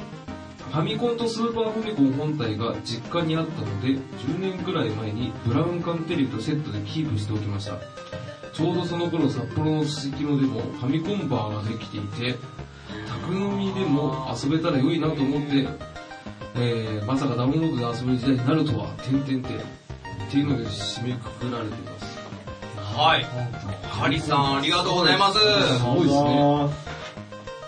[SPEAKER 4] ァミコンとスーパーファミコン本体が実家にあったので、10年くらい前にブラウン管テレビとセットでキープしておきました。ちょうどその頃札幌のすすきのでもファミコンバーができていて、宅飲みでも遊べたら良いなと思って、えー、まさかダウンロードで遊べる時代になるとは、てんてんてん。っていうので締めくくられてます。
[SPEAKER 1] はい。ハリさん、ありがとうございます。
[SPEAKER 4] すごいですね。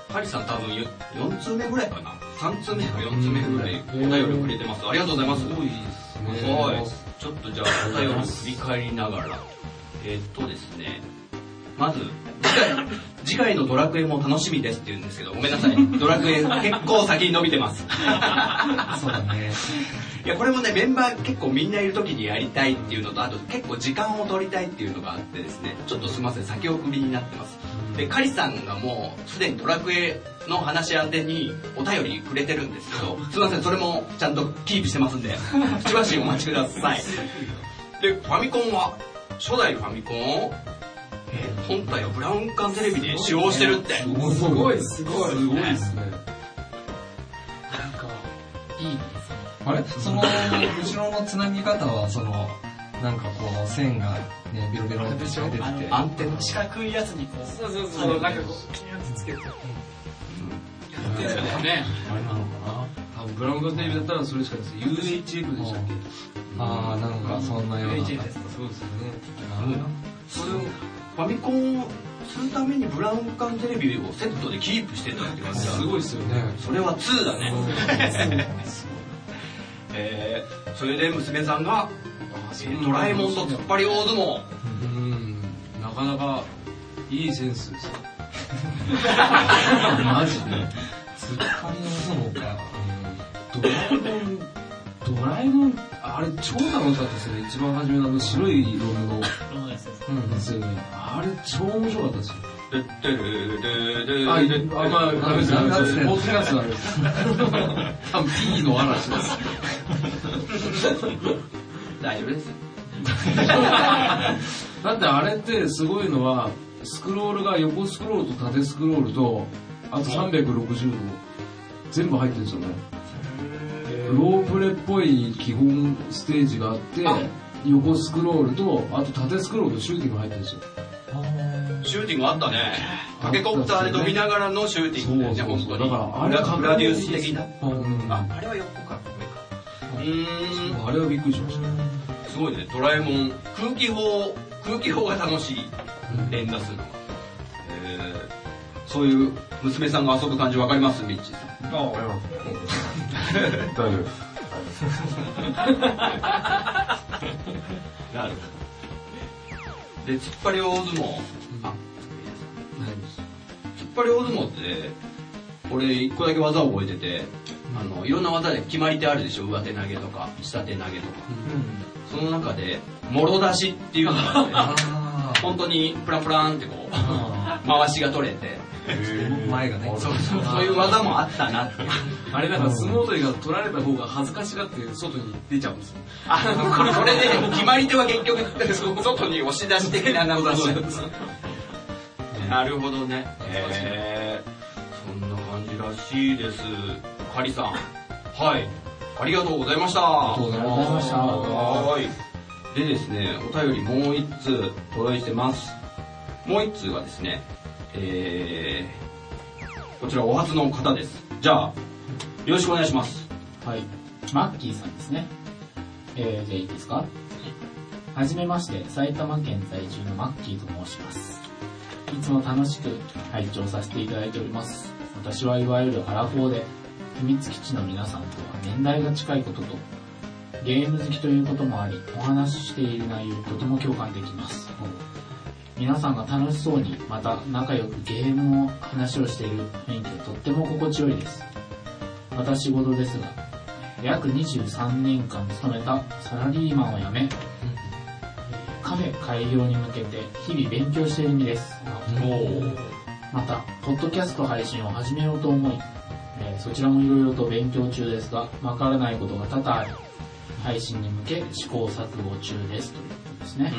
[SPEAKER 1] ハリさん多分よ4通目ぐらいかな。3通目か4通目ぐらいお便りくれてます。ありがとうございます。
[SPEAKER 4] すごいですね。
[SPEAKER 1] はい。ちょっとじゃあ、お便りを振り返りながら。えーっとですね。まず、次回、 次回のドラクエも楽しみですって言うんですけど、ごめんなさい。ドラクエ結構先に伸びてます。
[SPEAKER 5] そうだね。
[SPEAKER 1] いや、これもね、メンバー結構みんないる時にやりたいっていうのと、あと結構時間を取りたいっていうのがあってですね、ちょっとすみません、先送りになってます。で、カリさんがもう、すでにドラクエの話し合てにお便りくれてるんですけ ど、すみません、それもちゃんとキープしてますんで、しばしお待ちください。で、ファミコンは、初代ファミコンを、えー本体をブラウン管テレビで使用してるって。
[SPEAKER 4] すごい、すごい。すごいですね。
[SPEAKER 5] あれその、後ろの繋ぎ方は、その、なんかこう、線がね、ビロビロって出てて。
[SPEAKER 6] あの
[SPEAKER 1] アンテナ
[SPEAKER 6] 四角いやつにこう
[SPEAKER 7] そうそうそう、なんかこう、キューンってつけて。
[SPEAKER 1] ね。
[SPEAKER 2] あれなのかな
[SPEAKER 4] あブラウン管テレビだったらそれしかないです。UHF でしたっけ
[SPEAKER 5] あー、なんかそんなような。
[SPEAKER 6] UHF です
[SPEAKER 4] そうですよね。
[SPEAKER 1] それをファミコンをするためにブラウン管テレビをセットでキープしてたって感じだ
[SPEAKER 4] すごいですよね。
[SPEAKER 1] それは2だねえー、それで娘さんが「ドラえもんと突っ張り大相撲
[SPEAKER 4] うん、なかなかいいセンスですよ。
[SPEAKER 5] マジで。突っ張りの相撲か。
[SPEAKER 4] ドラえもん、ドラえもん、あれ超楽しかったですね。一番初めのあの白いロムの。
[SPEAKER 6] ローですね
[SPEAKER 4] うん、ですよね。あれ超面白かったですよ。」
[SPEAKER 1] 「でってるでで
[SPEAKER 4] あ、い
[SPEAKER 1] で
[SPEAKER 4] あ、まあ、ダメです、ダメです。ポッドキャストダメです。多分 P の嵐です。
[SPEAKER 1] 大丈夫です
[SPEAKER 4] だってあれってすごいのは、スクロールが横スクロールと縦スクロールと、あと360度、全部入ってるんですよね。ロープレっぽい基本ステージがあって、横スクロールと、あと縦スクロールとシューティングが入ってるんですよ。
[SPEAKER 1] シューティングあったねタケコプターで飛びながらのシューティングだよね
[SPEAKER 4] そうそうそう
[SPEAKER 1] 本当に
[SPEAKER 4] だからあれは
[SPEAKER 1] プラデュース的な
[SPEAKER 4] うん
[SPEAKER 1] あ
[SPEAKER 4] あ
[SPEAKER 1] あれは横か上かうーん
[SPEAKER 4] あれはびっくりしました。
[SPEAKER 1] すごいね、ドラえもん、空気砲、空気砲が楽しい、連打するのが。えーそういう娘さんが遊ぶ感じわかりますミッチーさん。
[SPEAKER 3] あ、わかります。大丈夫です。
[SPEAKER 1] なるほど。で、突っ張り大相撲。あ、突っ張り大相撲って、俺一個だけ技を覚えてて、あの、いろんな技で決まり手あるでしょ上手投げとか、下手投げとか。その中で、もろ出しっていうのがあって、
[SPEAKER 5] あ
[SPEAKER 1] 本当にプランプランってこう、
[SPEAKER 5] ー。
[SPEAKER 1] 回しが取れて、
[SPEAKER 5] 前がね。
[SPEAKER 1] そうそうそういう技もあったな っていう。
[SPEAKER 4] あれなんか相撲取りが取られた方が恥ずかしがって外に出ちゃうんですよ。
[SPEAKER 1] あの、これ、これで、決まり手は結局、外に押し出して、みんな出し なるほどね。へーそんな感じらしいです。カリさん。 はい。ありがとうございました。ありがとうございました。はい。でですね、お便りもう一通届いてます。もう一通がですね、えー、こちらお初の方です。じゃあ、よろしくお願いします。
[SPEAKER 2] はい。マッキーさんですね。えー、じゃあいいですかはじめまして、埼玉県在住のマッキーと申します。いつも楽しく拝聴させていただいております。私はいわゆるアラフォーで、秘密基地の皆さんとは年代が近いことと、ゲーム好きということもあり、お話ししている内容にとても共感できます。皆さんが楽しそうに、また仲良くゲームの話をしている雰囲気がとっても心地よいです。私事ですが、約23年間勤めたサラリーマンを辞め、カフェ開業に向けて日々勉強している身です。また、ポッドキャスト配信を始めようと思い、えーそちらもいろいろと勉強中ですが、わからないことが多々あり、配信に向け試行錯誤中ですということですね。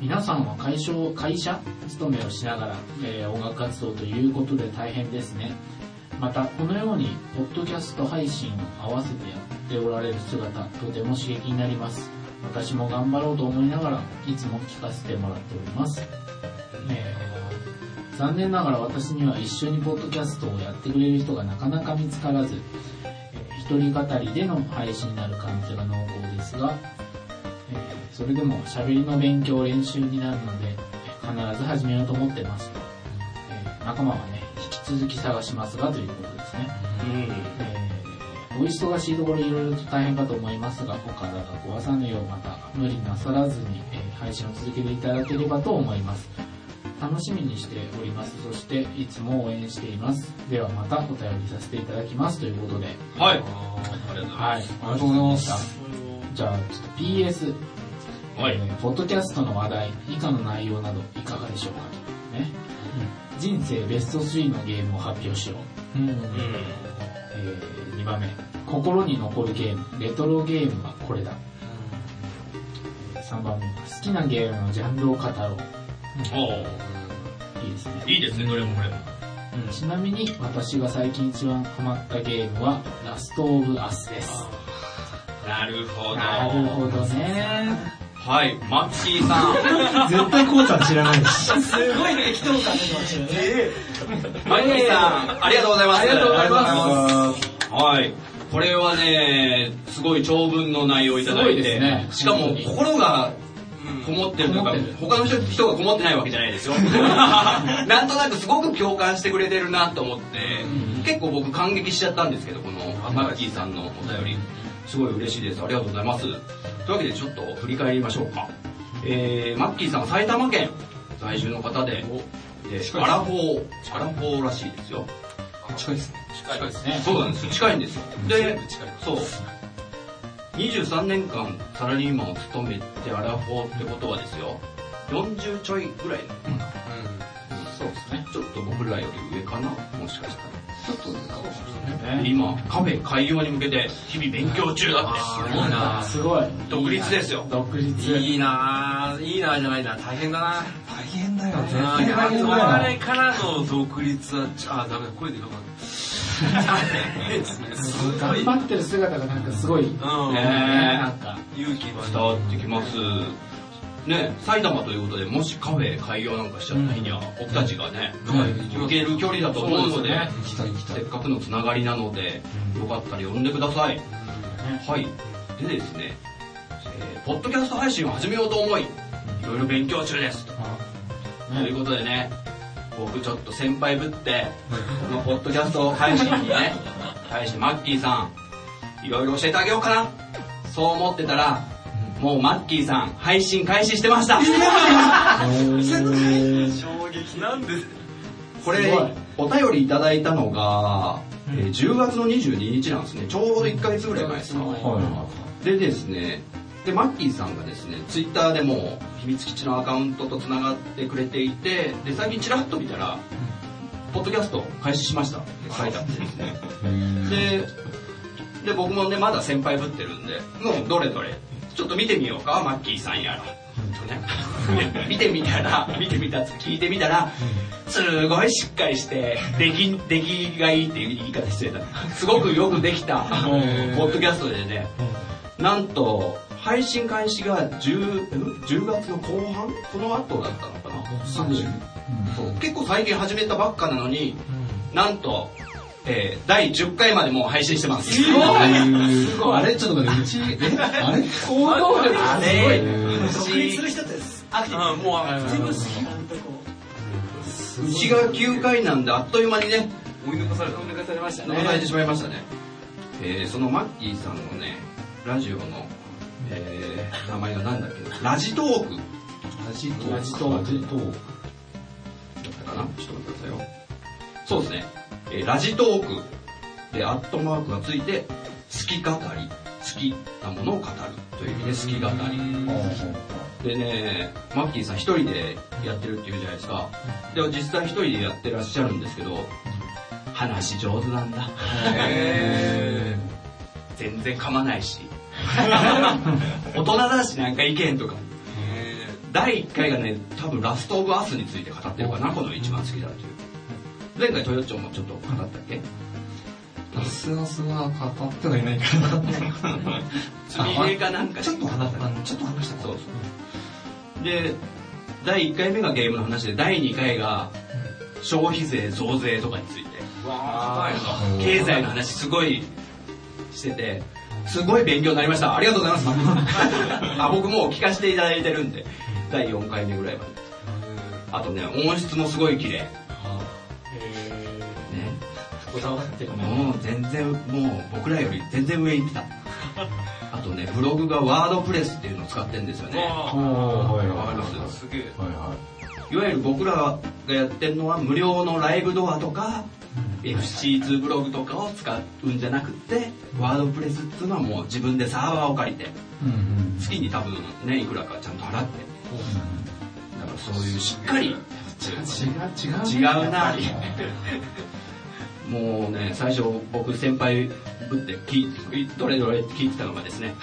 [SPEAKER 2] 皆さんは会社会社勤めをしながら、えー音楽活動ということで大変ですね。また、このように、ポッドキャスト配信を合わせてやっておられる姿、とても刺激になります。私も頑張ろうと思いながらいつも聞かせてもらっております、えー残念ながら私には一緒にポッドキャストをやってくれる人がなかなか見つからず、えー一人語りでの配信になる可能性が濃厚ですが、えーそれでも喋りの勉強練習になるのでえー必ず始めようと思ってます、えー仲間はね引き続き探しますがということですね、えーお忙しいところいろいろと大変かと思いますが、お体が壊さぬよう、また無理なさらずに、えー配信を続けていただければと思います。楽しみにしております。そして、いつも応援しています。ではまたお便りさせていただきます。ということで。
[SPEAKER 1] はい。
[SPEAKER 2] はい。ありがとうございました。じゃあ、ちょっと PS。
[SPEAKER 1] はい
[SPEAKER 2] えーポッドキャストの話題、以下の内容など、いかがでしょうかと。ね。人生ベスト3のゲームを発表しよう。えー2番目心に残るゲームレトロゲームはこれだ、えー3番目好きなゲームのジャンルを語ろういいですね
[SPEAKER 1] おいいですね、どれもこれも。
[SPEAKER 2] ちなみに私が最近一番ハマったゲームはラストオブアスです
[SPEAKER 1] なるほど。
[SPEAKER 2] なるほどね
[SPEAKER 1] はい、マッキーさん。
[SPEAKER 3] 絶対こうちゃん知らないし。
[SPEAKER 6] すごい適当感出てましたよね。
[SPEAKER 1] マッキーさん、ありがとうございます。ありがとうございます。はい。これはね、すごい長文の内容をいただい
[SPEAKER 2] すごいで
[SPEAKER 1] て、
[SPEAKER 2] すね
[SPEAKER 1] しかも心がこもってるというか、
[SPEAKER 2] こもってる
[SPEAKER 1] 他の人人がこもってないわけじゃないです よ。なんとなくすごく共感してくれてるなと思って、結構僕感激しちゃったんですけど、このマッキーさんのお便り、すごい嬉しいです。ありがとうございます。というわけでちょっと振り返りましょうか。えー、マッキーさんは埼玉県在住の方で、でアラフォー、アラフォーらしいですよ。
[SPEAKER 5] 近いですね。
[SPEAKER 2] 近いですね
[SPEAKER 1] そうなんですよ。近いんですよ。で、
[SPEAKER 5] 近い。
[SPEAKER 1] そう。23年間サラリーマンを務めてアラフォーってことはですよ、40ちょいぐらいの
[SPEAKER 2] そうですね
[SPEAKER 1] ちょっと僕らより上かなもしかしたら。
[SPEAKER 5] ちょっと、そう
[SPEAKER 1] 今、カフェ開業に向けて日々勉強中だって。
[SPEAKER 5] いいな
[SPEAKER 2] すごい
[SPEAKER 1] 独立ですよ。
[SPEAKER 2] 独立
[SPEAKER 5] いいなぁ、いいなぁじゃないな、大変だなぁ。
[SPEAKER 3] 大変だよ、絶
[SPEAKER 5] あ
[SPEAKER 3] 対大変
[SPEAKER 5] あ
[SPEAKER 3] だ
[SPEAKER 5] れ
[SPEAKER 3] よ。
[SPEAKER 5] からの独立は、ちょあ、ダメだ、声で かかった。ですね、すご
[SPEAKER 2] 頑
[SPEAKER 5] い
[SPEAKER 2] 張ってる姿がなんかすご
[SPEAKER 5] う
[SPEAKER 2] い、
[SPEAKER 5] ん
[SPEAKER 1] ね
[SPEAKER 2] なんか
[SPEAKER 5] 勇気は
[SPEAKER 1] 伝わってきます。ね、埼玉ということで、もしカフェ開業なんかしちゃった日には、僕たちがね、行ける距離だと思うので、
[SPEAKER 5] 行きたい行きた
[SPEAKER 1] せ
[SPEAKER 5] い
[SPEAKER 1] っ。かくのつながりなので、よかったら呼んでください。はい。でですね、えーポッドキャスト配信を始めようと思い、いろいろ勉強中です。ということでね、僕ちょっと先輩ぶって、このポッドキャスト配信にね、対してマッキーさん、いろいろ教えてあげようかな。そう思ってたら、もうマッキーさん、配信開始してました。
[SPEAKER 5] なんで
[SPEAKER 1] これ
[SPEAKER 2] すごい、
[SPEAKER 1] お便りいただいたのが、えー10月の22日なんですね。ちょうど1ヶ月ぐらい前ですか。
[SPEAKER 3] は
[SPEAKER 1] でですね、で、マッキーさんがですね、ツイッターでも秘密基地のアカウントと繋がってくれていて、で、最近ちらっと見たら、ポッドキャスト開始しましたって書いてあってですね。で、で、僕もね、まだ先輩ぶってるんで、もうどれどれ、ちょっと見てみようか、マッキーさんやら。とね、見てみたら、見てみたって聞いてみたら、すごいしっかりして、出来、出来がいいっていう言い方してた。すごくよくできた、ポッドキャストでね、なんと、配信開始が 10, ん10月の後半この後だったのかなすぐそう結構最近始めたばっかなのに、なんと、えー第10回までもう配信してます。
[SPEAKER 5] あれちょっと待って、うち、 えあれ
[SPEAKER 2] 行動力
[SPEAKER 1] あ
[SPEAKER 2] す
[SPEAKER 1] れ
[SPEAKER 6] 独立する人ってアクティブ。もうアクティブです今んとこ。
[SPEAKER 1] うちが9回なんであっという間にね、
[SPEAKER 7] 追い抜かされた。追い抜かされました
[SPEAKER 1] 流されてしまいましたね。えーそのマッキーさんのね、ラジオの、えー名前がなんだっけラジトーク
[SPEAKER 2] 同じと
[SPEAKER 1] だったかなちょっと待ってくださいよ。そうですね。えーラジトークでアットマークがついて、好き語り。好きなものを語るという意味で好き語り。でね、マッキーさん一人でやってるって言うじゃないですか。でも実際一人でやってらっしゃるんですけど、話上手なんだ。全然噛まないし。 大人だしなんか意見とか。第1回がね、多分ラストオブアスについて語ってるかな、この一番好きだという。前回トヨッチョもちょっと語ったっけ
[SPEAKER 5] ラスアスは語ってはいないからな。
[SPEAKER 1] 釣り映画なんかで
[SPEAKER 5] ちょっと話した、ちょっと話した
[SPEAKER 1] そうそう。で、第1回目がゲームの話で、第2回が消費税増税とかについて、経済の話すごいしてて、すごい勉強になりました。ありがとうござ います。あ僕もう聞かせていただいてるんで、第4回目ぐらいまで。あとね、音質もすごい綺麗。ね、
[SPEAKER 2] こだわってるね。
[SPEAKER 1] もう全然、もう僕らより全然上 行ってた。あとね、ブログがワードプレスっていうのを使ってるんですよね。
[SPEAKER 3] おー、はい
[SPEAKER 1] わかります
[SPEAKER 3] は
[SPEAKER 7] すげえ。
[SPEAKER 3] い。はいはい
[SPEAKER 1] わゆる僕らがやってるのは無料のライブドアとか、FC2 ブログとかを使うんじゃなくて、ワードプレスっていうのはもう自分でサーバーを借りて、
[SPEAKER 3] い。うんうん。
[SPEAKER 1] 月に多分ね、いくらかちゃんと払って、だからそういうしっかり、違うな、もうね、最初僕先輩ぶって聞いどれどれって聞いてたのがですね、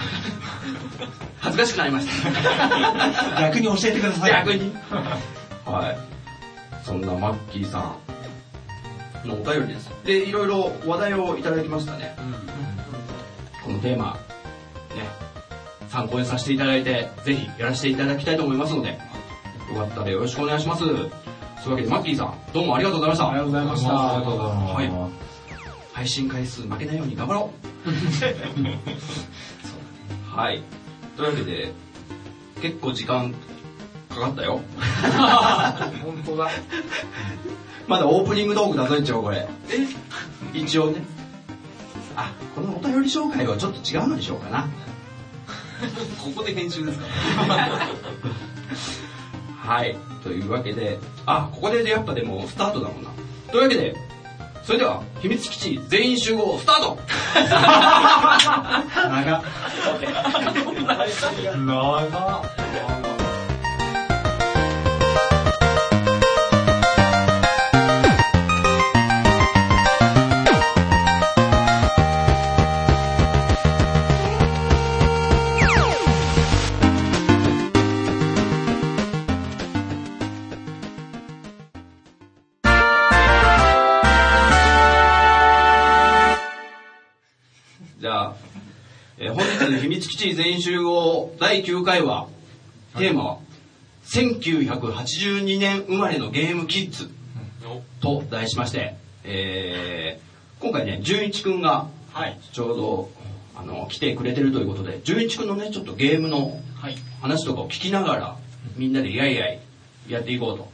[SPEAKER 1] 恥ずかしくなりました。
[SPEAKER 5] 逆に教えてください。
[SPEAKER 1] 逆に。はい。そんなマッキーさんのお便りです。で、いろいろ話題をいただきましたね。このテーマ、ね、参考にさせていただいて、ぜひやらせていただきたいと思いますので、よかったらよろしくお願いします。そういうわけで、マッキーさん、どうもありがとうございまし
[SPEAKER 2] あり
[SPEAKER 1] た。
[SPEAKER 2] がとうございました。
[SPEAKER 3] ありがとうございます。
[SPEAKER 1] はい配信回数負けないように頑張ろう。 はい。というわけで、結構時間かかったよ。
[SPEAKER 2] 本当だ。
[SPEAKER 1] まだオープニングトークだぞ、一応これ。一応ね。あ、このお便り紹介はちょっと違うのにしようかな。
[SPEAKER 4] ここで編集ですか
[SPEAKER 1] はい。というわけで、あ、ここでやっぱでもスタートだもんな。というわけで、それでは、秘密基地全員集合スタート
[SPEAKER 3] 長っ。長っ。
[SPEAKER 1] じゃあ、えー本日の秘密基地全員集合第9回は、テーマは、1982年生まれのゲームキッズと題しまして、えー今回ね、純一くんが
[SPEAKER 6] はい。
[SPEAKER 1] ちょうどあの来てくれてるということで、純一くんのね、ちょっとゲームの
[SPEAKER 6] はい。
[SPEAKER 1] 話とかを聞きながら、みんなでやいやいやっていこうと。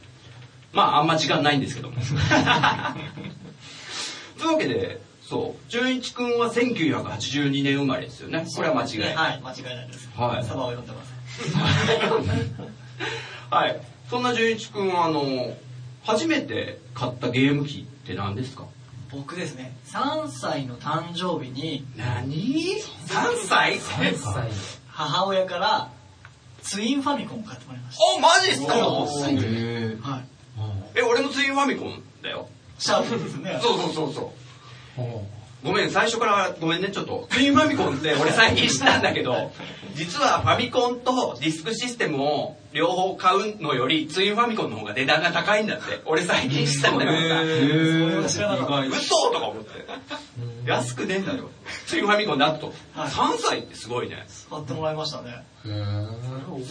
[SPEAKER 1] まあ、あんま時間ないんですけ ども。というわけで、そう、純一くんは1982年生まれですよね。これは間違いない。
[SPEAKER 6] はい、間違いないです。
[SPEAKER 1] はい
[SPEAKER 6] サバを読んでます。
[SPEAKER 1] はい。そんな純一くんは、あの、初めて買ったゲーム機って何ですか
[SPEAKER 6] 僕ですね、3歳の誕生日に
[SPEAKER 1] 何 ?3 歳
[SPEAKER 6] 母親からツインファミコンを買ってもらいまし
[SPEAKER 1] お、マジっすか
[SPEAKER 3] へ
[SPEAKER 6] た。はい。
[SPEAKER 1] え、俺もツインファミコンだよ。
[SPEAKER 6] シャープですね。
[SPEAKER 1] そうそうそうそう。ごめん、最初からごめんね、ちょっと。ツインファミコンって俺最近知ったんだけど、実はファミコンとディスクシステムを両方買うのより、ツインファミコンの方が値段が高いんだって。俺最近知ったんだけどさ、
[SPEAKER 3] ぇ
[SPEAKER 6] 知らなかっ
[SPEAKER 1] 嘘とか思って。安くねえんだよ。ツインファミコンだと。
[SPEAKER 6] はい
[SPEAKER 1] 3歳ってすごいね。
[SPEAKER 6] た。買ってもらいましたね。
[SPEAKER 2] 覚えてんだもんね。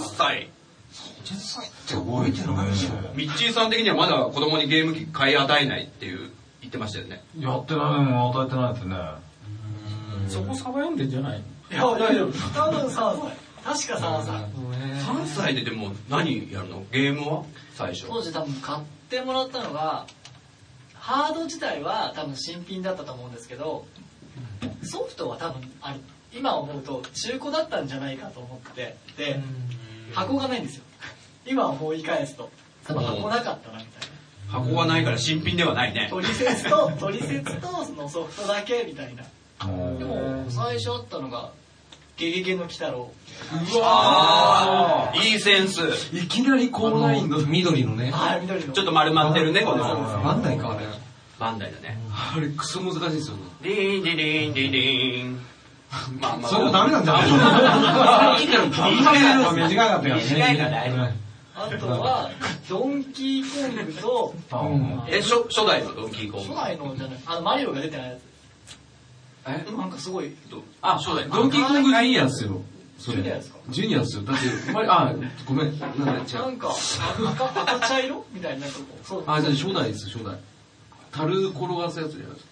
[SPEAKER 1] 3歳。
[SPEAKER 3] って覚えてない
[SPEAKER 1] ミッチーさん的にはまだ子供にゲーム機買い与えないっていう言ってましたよね。
[SPEAKER 3] やってないの与えてないですね。
[SPEAKER 2] そこサバ読んでんじゃないの
[SPEAKER 6] いや、大丈夫。多分3歳。確か3歳。
[SPEAKER 1] 3歳ででも何やるのゲームは最初。
[SPEAKER 8] 当時多分買ってもらったのがハード自体は多分新品だったと思うんですけどソフトは多分あれ今思うと中古だったんじゃないかと思って
[SPEAKER 6] で、
[SPEAKER 8] 箱がないんですよ
[SPEAKER 6] 今思い返すと、
[SPEAKER 8] 多分箱なかったなみたい
[SPEAKER 1] 箱がないから新品ではないね。
[SPEAKER 6] 取説と、取説とそのソフトだけみたいな。
[SPEAKER 8] なでも最初あったのが
[SPEAKER 6] ゲゲゲの鬼太郎。
[SPEAKER 1] うわーいいセンス。
[SPEAKER 9] いきなり
[SPEAKER 4] あ
[SPEAKER 9] 高難易
[SPEAKER 4] の
[SPEAKER 9] 度。
[SPEAKER 4] 緑のね
[SPEAKER 6] はい、緑の。
[SPEAKER 1] ちょっと丸まってるね、この。
[SPEAKER 4] バンダイかあれ
[SPEAKER 1] バンダイだね。
[SPEAKER 9] あれ、クソ難しいですよね。
[SPEAKER 1] ディーンディリーンディリーン。まあまあ。
[SPEAKER 4] それもダメなんじゃない
[SPEAKER 1] 短
[SPEAKER 3] 短かったよね。
[SPEAKER 1] 短いから大丈
[SPEAKER 6] あとは、ドンキーコングと、
[SPEAKER 1] 夫。え、初初代のドンキーコン
[SPEAKER 6] 初
[SPEAKER 1] グ。
[SPEAKER 6] 代のじゃない、あの、マリオが出てないやつ。
[SPEAKER 9] え
[SPEAKER 6] なんかすごい、
[SPEAKER 1] あ、初代。
[SPEAKER 9] ドンキーコングジュニアっすよ。それ
[SPEAKER 6] ジュニアですか
[SPEAKER 9] ジュニアっすよ。だって、お前あ、ごめん。なんだ、違
[SPEAKER 6] な
[SPEAKER 9] う。
[SPEAKER 6] んか、赤、赤茶色みたいな、なんかこう、そう。
[SPEAKER 9] あ、じゃあ初代です、初代。樽転がすやつじゃないですか。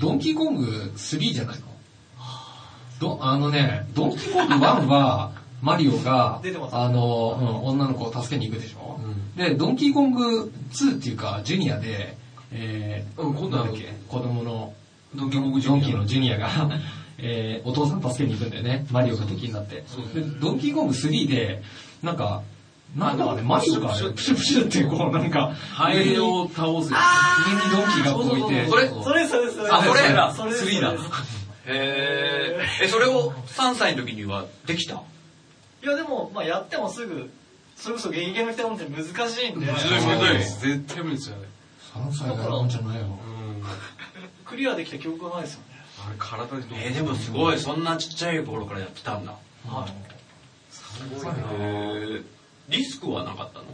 [SPEAKER 4] ドンキーコング3じゃないのどあのね、ドンキーコング1は、マリオが
[SPEAKER 6] 出てま、す
[SPEAKER 4] あの、うん女の子を助けに行くでしょ、で、ドンキーコング2っていうか、ジュニアで、えー、
[SPEAKER 9] うん今度なんだっけ
[SPEAKER 4] なんだっけ子供の、
[SPEAKER 9] ドンキーコングジ
[SPEAKER 4] ド
[SPEAKER 9] ュ
[SPEAKER 4] ン
[SPEAKER 9] ニア
[SPEAKER 4] キ。ーのジュニアが、 えー、お父さん助けに行くんだよね。マリオが敵になって。で、ドンキーコング3で、なんか、なんだあれ、マリオがプシュプシュってこう、なんか、
[SPEAKER 9] ハエを倒すや
[SPEAKER 4] 上にドンキーがこういて、
[SPEAKER 1] それ、
[SPEAKER 6] それそれそれ。
[SPEAKER 1] あこれだ
[SPEAKER 6] それそれ
[SPEAKER 9] 3だ
[SPEAKER 1] えー、え、それを3歳の時にはできた
[SPEAKER 6] いやでも、まあやってもすぐ、それこそゲゲゲの鬼太郎って難しいんで、
[SPEAKER 9] つ。
[SPEAKER 4] 難しいです
[SPEAKER 9] 絶対無理ですよ、あれ。
[SPEAKER 4] 3歳がやるんじゃない
[SPEAKER 9] う
[SPEAKER 4] よ。
[SPEAKER 9] ん。
[SPEAKER 6] クリアできた記憶がないですよね。
[SPEAKER 9] あれ、体にどう
[SPEAKER 1] えー、でもすごい、そんなちっちゃい頃からやってたんだ。へーリスクはなかったの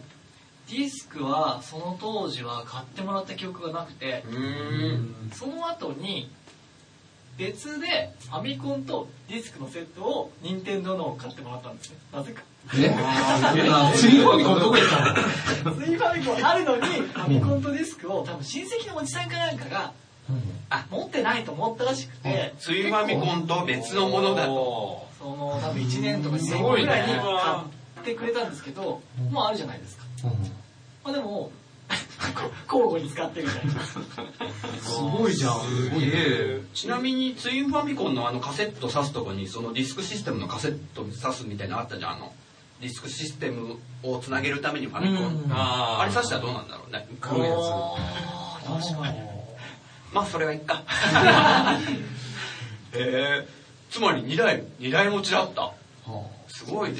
[SPEAKER 6] ディスクは、その当時は買ってもらった記憶がなくて、
[SPEAKER 1] うん。
[SPEAKER 6] その後に、別でファミコンとディスクのセットを任天堂のを買ってもらったんですね。なぜか。
[SPEAKER 4] え次の方にこれどこ行ったの
[SPEAKER 6] スイファミコンあるのに、ファミコンとディスクを多分親戚のおじさんかなんかが、あ、持ってないと思ったらしくて、
[SPEAKER 1] スイファミコンと別のものだと。
[SPEAKER 6] その多分1年とか2年後ぐらいに買ってくれたんですけど、もうあるじゃないですか。まあでも、 交互に使ってるみたいな。
[SPEAKER 9] すごいじゃん。す
[SPEAKER 1] すげえちなみにツインファミコンのあのカセット挿すとこにそのディスクシステムのカセット挿すみたいなのあったじゃんあのディスクシステムをつなげるためにファミコン、
[SPEAKER 4] うん
[SPEAKER 1] あーあれ挿したらどうなんだろうね
[SPEAKER 9] 黒いやつ。
[SPEAKER 6] 確かに。
[SPEAKER 1] まあそれはいっか えー、つまり2台2台持ちだったすごいね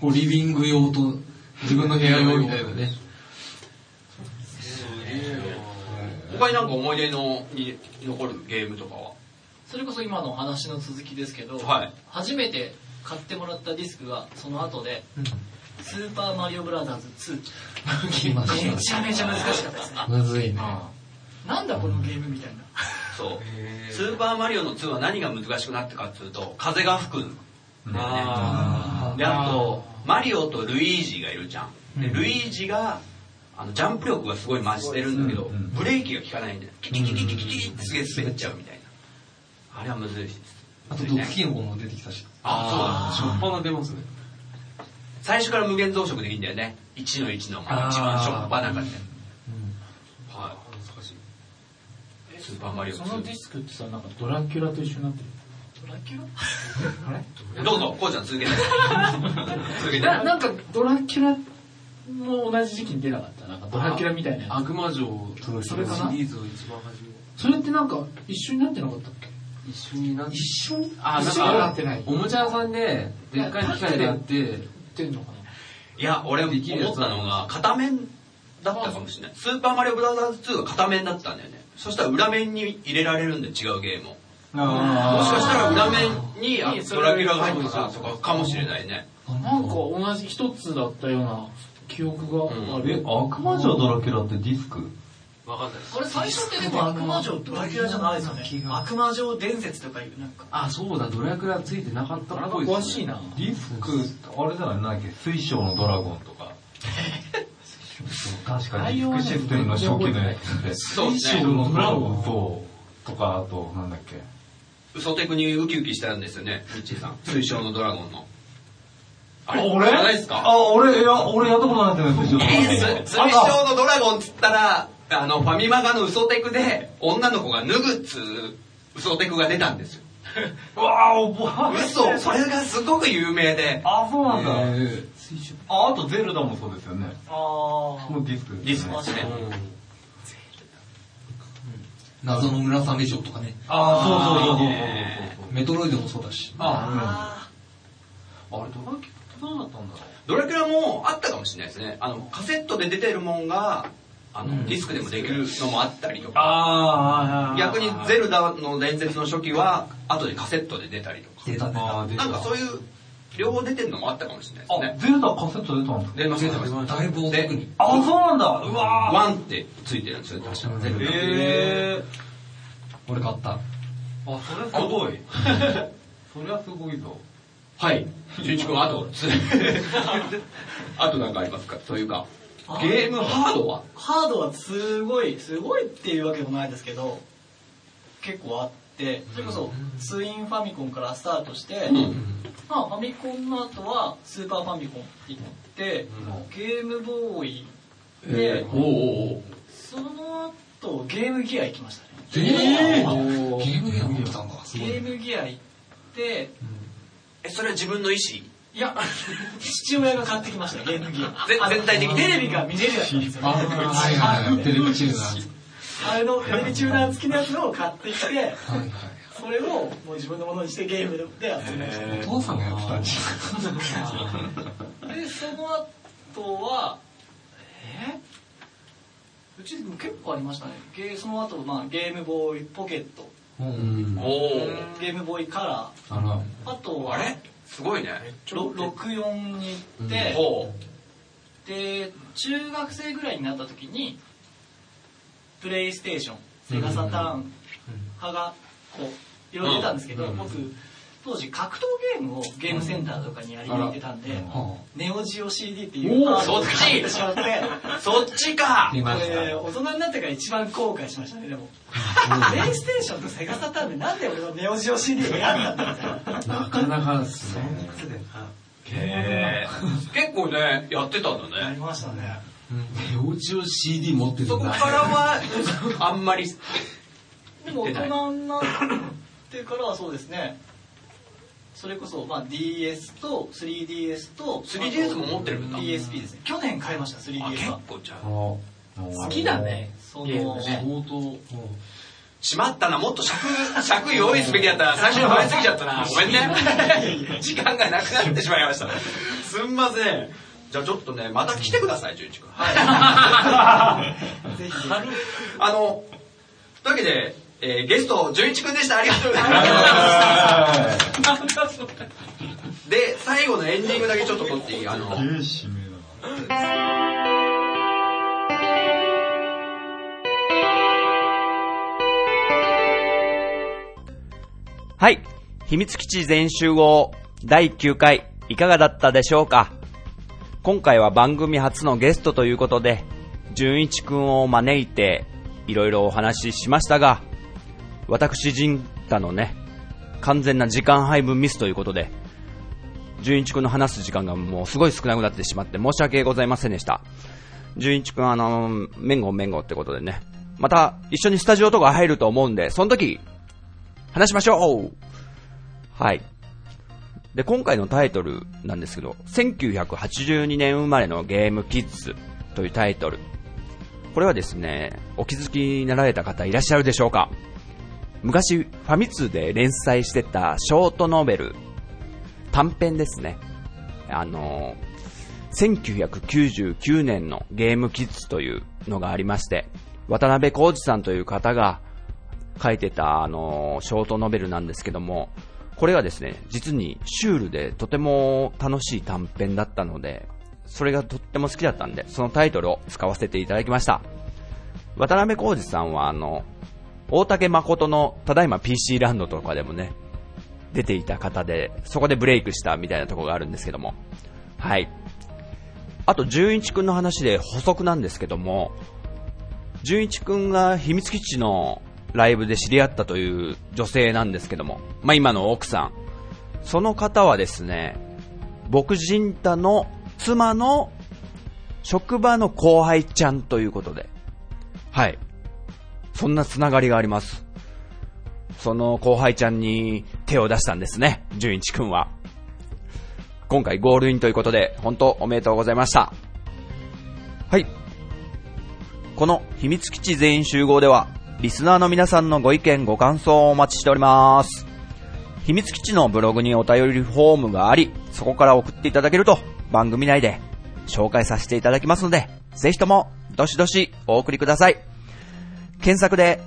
[SPEAKER 4] こうリビング用と自分の部屋用みたいなね。
[SPEAKER 1] 他になんか思い出のに残るゲームとかは
[SPEAKER 6] それこそ今のお話の続きですけど、
[SPEAKER 1] はい
[SPEAKER 6] 初めて買ってもらったディスクがその後で、スーパーマリオブラザーズ
[SPEAKER 4] 来ま
[SPEAKER 6] 2。
[SPEAKER 4] し
[SPEAKER 6] めちゃめちゃ難しかったですね
[SPEAKER 4] た。。むずいね。
[SPEAKER 6] なんだこのゲームみたいな。
[SPEAKER 1] そうスーパーマリオの2は何が難しくなったかっていうと風が吹くんだよねであとマリオとルイージがいるじゃんでルイージがあのジャンプ力がすごい増してるんだけどブレーキが効かないんだよキキキキキキキってすげえ滑っちゃうみたいなあれはむずいです
[SPEAKER 4] あと毒キノコも出てきたし。
[SPEAKER 1] あ
[SPEAKER 9] しょっぱな出ますね。
[SPEAKER 1] そう最初から無限増殖でいいんだよね1の1のまあ
[SPEAKER 4] あー
[SPEAKER 1] 一番しょっぱな感じでは
[SPEAKER 9] 難しい。
[SPEAKER 1] いスーパーマリオ
[SPEAKER 2] そのディ
[SPEAKER 1] 2
[SPEAKER 2] スクってさ、なんかドラキュラと一緒になってる。
[SPEAKER 6] ドラキュ
[SPEAKER 1] どうぞこうちゃん続けて続けて
[SPEAKER 2] ななんかドラキュラも同じ時期に出なかった。なんかドラキュラみたいなや
[SPEAKER 9] 悪魔城
[SPEAKER 2] それかな
[SPEAKER 9] シリーズの一番初め。
[SPEAKER 2] つ。それってなんか一緒になってなかったっけ
[SPEAKER 9] 一緒になって。
[SPEAKER 2] 一緒に
[SPEAKER 9] あ、なん
[SPEAKER 2] 一緒にな
[SPEAKER 9] か
[SPEAKER 2] ってない。
[SPEAKER 9] おもちゃ屋さんで、でっかい機械でやって、
[SPEAKER 2] ってんのかない
[SPEAKER 1] や、俺思ったのが、片面だったかもしれない。スーパーマリオブラザーズ2が片面だったんだよね。そしたら裏面に入れられるんで違うゲームを。もしかしたら裏面にあドラキュラが入ってたとかかもしれないね。
[SPEAKER 2] なんか同じ一つだったような記憶があ
[SPEAKER 3] え
[SPEAKER 2] る。、
[SPEAKER 3] 悪魔城ドラキュラってディスク
[SPEAKER 9] わかんないです。
[SPEAKER 6] あれ最初ってでも悪魔城ドラキュラじゃないですよね。悪魔城伝説とかいう、なんか。
[SPEAKER 9] あ、そうだ、ドラクラついてなかったっぽいですね。
[SPEAKER 2] 詳しいな。
[SPEAKER 3] ディスク、あれじゃないなんだっけ水晶のドラゴンとか。確かに、ディスクシステムの初期のやつで。
[SPEAKER 1] そうね
[SPEAKER 3] 水晶のドラゴンと、とか、あと、なんだっけ。
[SPEAKER 1] 嘘テクにウキウキしたんですよね、ミッチーさん。水晶のドラゴンの。あ
[SPEAKER 3] 俺
[SPEAKER 1] じゃないですか
[SPEAKER 3] あ、俺、いや、俺やったことないんだよね、水晶の
[SPEAKER 1] え
[SPEAKER 3] ドラゴ
[SPEAKER 1] ー
[SPEAKER 3] ン。
[SPEAKER 1] す水晶のドラゴンっつったら、あの、ファミマガの嘘テクで、女の子が脱ぐっつう嘘テクが出たんですよ。
[SPEAKER 3] うわぁ、おば
[SPEAKER 1] 嘘それがすごく有名で。
[SPEAKER 3] あ、そうなんだ。あ、あとゼルダもそうですよね。
[SPEAKER 6] あ
[SPEAKER 3] もうディスク。
[SPEAKER 1] ディスクですね。
[SPEAKER 5] 謎の村雨城とかね、
[SPEAKER 3] ああ、そうそうそうそう
[SPEAKER 5] メトロイドもそうだし、
[SPEAKER 6] あ
[SPEAKER 4] あれ、ドラキュラどうなったんだろ
[SPEAKER 1] ドラキュラもあったかもしれないですね。あの、カセットで出てるもんが、あ
[SPEAKER 5] うん
[SPEAKER 1] の、ディスクでもできるのもあったりとか、
[SPEAKER 3] ああ、
[SPEAKER 1] 逆にゼルダの伝説の初期は、後でカセットで出たりとか、
[SPEAKER 5] データで。
[SPEAKER 3] あー出た
[SPEAKER 1] なんかそういう、両方出てるのもあったかもしれない
[SPEAKER 3] あ
[SPEAKER 1] で、すね。
[SPEAKER 3] ゼルダカセット出たんですか
[SPEAKER 1] 出ました、出ました。
[SPEAKER 5] だいぶ遅くに。
[SPEAKER 3] あ、そうなんだうわ
[SPEAKER 1] ワンってついてるんですよ、確かゼルダ。
[SPEAKER 3] へえ
[SPEAKER 5] 俺買った。
[SPEAKER 4] う。あ、それ
[SPEAKER 1] すごい。
[SPEAKER 4] それはすごいぞ。
[SPEAKER 1] はい。俊一君、あと、つ あとなんかありますかというか、ゲームハードは
[SPEAKER 6] ーハードはすごいすごいっていうわけでもないですけど結構あってそれこそツインファミコンからスタートして、まあ、ファミコンの後はスーパーファミコン行って、ゲームボーイで、
[SPEAKER 1] おうおうおう
[SPEAKER 6] その後ゲームギア行きましたね
[SPEAKER 5] えー、ゲームゲーム持ってたんだ。すご
[SPEAKER 6] ゲ
[SPEAKER 5] い
[SPEAKER 6] ー。ムギア行って
[SPEAKER 1] え、それは自分の意思
[SPEAKER 6] いや 父親が買ってきましたゲームギア
[SPEAKER 1] ぜ
[SPEAKER 6] あの
[SPEAKER 1] 全体的に
[SPEAKER 6] テレビが見れるやつなんですよね
[SPEAKER 5] あ はいはいはい。テレビ中断。
[SPEAKER 6] あれのテレビチューナー付きのやつを買ってきて
[SPEAKER 5] はいはい。
[SPEAKER 6] それをもう自分のものにしてゲームで遊びました
[SPEAKER 5] お父さんがやってたんじ
[SPEAKER 6] でその後はえうちでも結構ありましたねゲーその後、まあゲームボーイポケット
[SPEAKER 5] ゃん。うん。
[SPEAKER 1] おお。
[SPEAKER 6] ゲームボーイカラ
[SPEAKER 5] あら。
[SPEAKER 6] ーあと
[SPEAKER 1] あ
[SPEAKER 6] は
[SPEAKER 1] れすごいね。
[SPEAKER 6] ろ64に行って、
[SPEAKER 1] ほ
[SPEAKER 6] で中学生ぐらいになった時にプレイステーションセガサターン派がこういろいろ出たんですけど、僕当時格闘ゲームをゲームセンターとかにやりに行ってたんで、
[SPEAKER 5] は
[SPEAKER 6] ネオジオ CD っていう
[SPEAKER 1] おー
[SPEAKER 6] ハードを
[SPEAKER 1] そっち
[SPEAKER 6] 買ってしまって
[SPEAKER 1] う。そっちか
[SPEAKER 5] あ。見まし
[SPEAKER 6] え
[SPEAKER 5] た。
[SPEAKER 6] ー大人になってから一番後悔しましたねでもプレイステーションとセガサターンでなんで俺はネオジオ CD を選んだんだみたいな
[SPEAKER 5] なかなかですね。
[SPEAKER 1] へー結構ね、やってたんだ
[SPEAKER 6] あ
[SPEAKER 1] ね
[SPEAKER 6] り。ましたね
[SPEAKER 4] 手落ちを CD 持って
[SPEAKER 1] そ
[SPEAKER 4] るん
[SPEAKER 1] こ
[SPEAKER 4] だ。
[SPEAKER 1] から は、あんまり。
[SPEAKER 6] でも大人になってからはそうですねそれこそ、まあ、DS と 3DS と
[SPEAKER 1] 3DS も持ってるんだ
[SPEAKER 6] DSP ですね去年買いました
[SPEAKER 1] あ、結
[SPEAKER 6] 3DS は
[SPEAKER 1] 構じゃん。
[SPEAKER 3] 好
[SPEAKER 8] 好きだ。ね。
[SPEAKER 6] そ
[SPEAKER 8] ゲーム
[SPEAKER 6] の、
[SPEAKER 8] ね
[SPEAKER 4] 相当。
[SPEAKER 1] しまったな、もっと尺、尺用意すべきだったな。最初に入りすぎちゃったな。ごめん ね。時間がなくなってしまいました。すんません。じゃあちょっとね、また来てください、純一君。
[SPEAKER 6] ぜひ
[SPEAKER 1] あの、というわけで、えーゲスト、純一君でした。ありがとうございました。
[SPEAKER 3] は
[SPEAKER 1] で、最後のエンディングだけちょっと撮っていいあの、
[SPEAKER 3] い。ええ、 締めだな。
[SPEAKER 10] はい。秘密基地全集合第9回いかがだったでしょうか今回は番組初のゲストということで、純一くんを招いていろいろお話ししましたが、私陣太のね、完全な時間配分ミスということで、純一くんの話す時間がもうすごい少なくなってしまって申し訳ございませんでした。純一くんあの、メンゴメンゴってことでね、また一緒にスタジオとか入ると思うんで、その時話しましょうはい。で、今回のタイトルなんですけど、1982年生まれのゲームキッズというタイトル。これはですね、お気づきになられた方いらっしゃるでしょうか昔、ファミ通で連載してたショートノベル、短編ですね。あの、1999年のゲームキッズというのがありまして、渡辺浩二さんという方が書いてた、あの、ショートノベルなんですけども、これはですね、実にシュールでとても楽しい短編だったので、それがとっても好きだったんで、そのタイトルを使わせていただきました。渡辺浩二さんは、あの、大竹誠の、ただいま PC ランドとかでもね、出ていた方で、そこでブレイクしたみたいなところがあるんですけども。はい。あと、純一くんの話で補足なんですけども、純一くんが秘密基地のライブで知り合ったという女性なんですけども、まあ、今の奥さん。その方はですね、僕陣太の妻の職場の後輩ちゃんということで、はい。そんなつながりがあります。その後輩ちゃんに手を出したんですね、純一くんは。今回ゴールインということで、本当おめでとうございました。はい。この秘密基地全員集合ではリスナーの皆さんのご意見、ご感想をお待ちしております。秘密基地のブログにお便りフォームがあり、そこから送っていただけると番組内で紹介させていただきますので、ぜひともどしどしお送りください。検索で、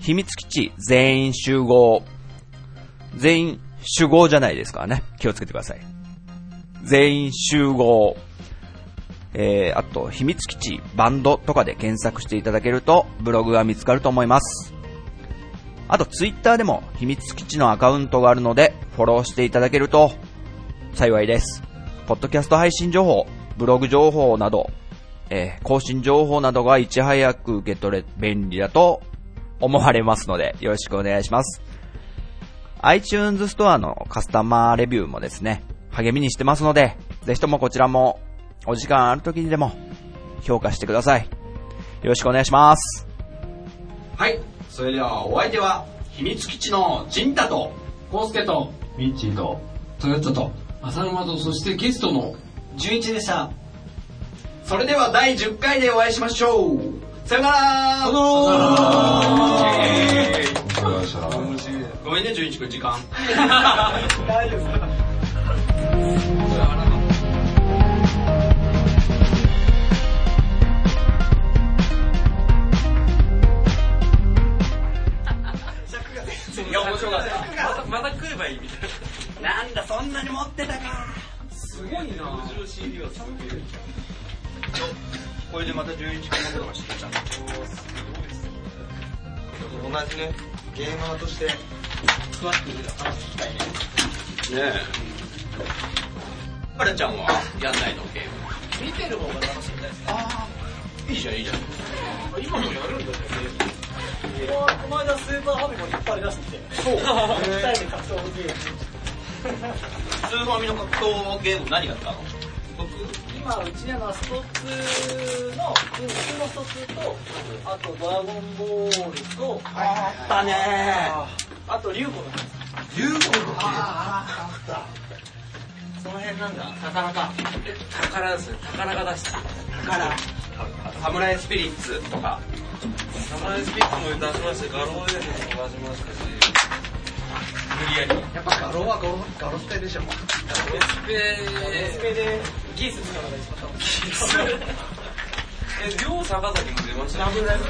[SPEAKER 10] 秘密基地全員集合。全員集合じゃないですからね。気をつけてください。全員集合。えー、あと、秘密基地バンドとかで検索していただけると、ブログが見つかると思います。あと、ツイッターでも秘密基地のアカウントがあるので、フォローしていただけると幸いです。ポッドキャスト配信情報、ブログ情報など、えー更新情報などがいち早く受け取れ、便利だと思われますので、よろしくお願いします。iTunes ストアのカスタマーレビューもですね、励みにしてますので、ぜひともこちらもお時間ある時にでも評価してください。よろしくお願いします。
[SPEAKER 1] はい、それではお相手は、秘密基地のジンタと、
[SPEAKER 4] コウスケと、
[SPEAKER 3] ミッチーと、
[SPEAKER 4] トヨタと、浅沼と、そしてゲストの、
[SPEAKER 6] 純一でした。
[SPEAKER 1] それでは第10回でお会いしましょう。さよなら
[SPEAKER 3] お願いします。
[SPEAKER 1] ごめんね、純一くん、時間。
[SPEAKER 6] 大丈夫です。
[SPEAKER 7] いや、面白かった。また、また来ればいいみたい
[SPEAKER 1] なんだ、そんなに持ってたか。
[SPEAKER 7] な。すごいな後ろ CD はすごい。
[SPEAKER 1] これでまた純一くんのことが知ってちゃう。
[SPEAKER 11] 同じね、ゲーマーとして、
[SPEAKER 1] ねえ。かれちゃんはやんないのゲーム。
[SPEAKER 8] 見てる方が楽しみたいですね
[SPEAKER 1] いいじゃん、いいじゃん。
[SPEAKER 7] 今もやるんだね。
[SPEAKER 6] この間スーパーファミコンに引っ張り出してきて、
[SPEAKER 1] そう。
[SPEAKER 6] 2人で格闘ゲーム。
[SPEAKER 1] 普通ファミの格闘ゲーム何があったの
[SPEAKER 6] 今うちにあのスト2の普通のスト2とあとドラゴンボールとあったねあと龍子の
[SPEAKER 7] その辺なんだ。宝か。え、宝ですね。宝が出した。
[SPEAKER 1] サムライスピリッツとか。
[SPEAKER 7] サムライスピッツも出しました。ガローデーズも出しましたし。無理やり。
[SPEAKER 11] やっぱガロはガロ、ガロステでしょ。
[SPEAKER 7] エスペで、ギース使わないでしまった。ギース。え、両坂崎も出ましたね。ラブライブ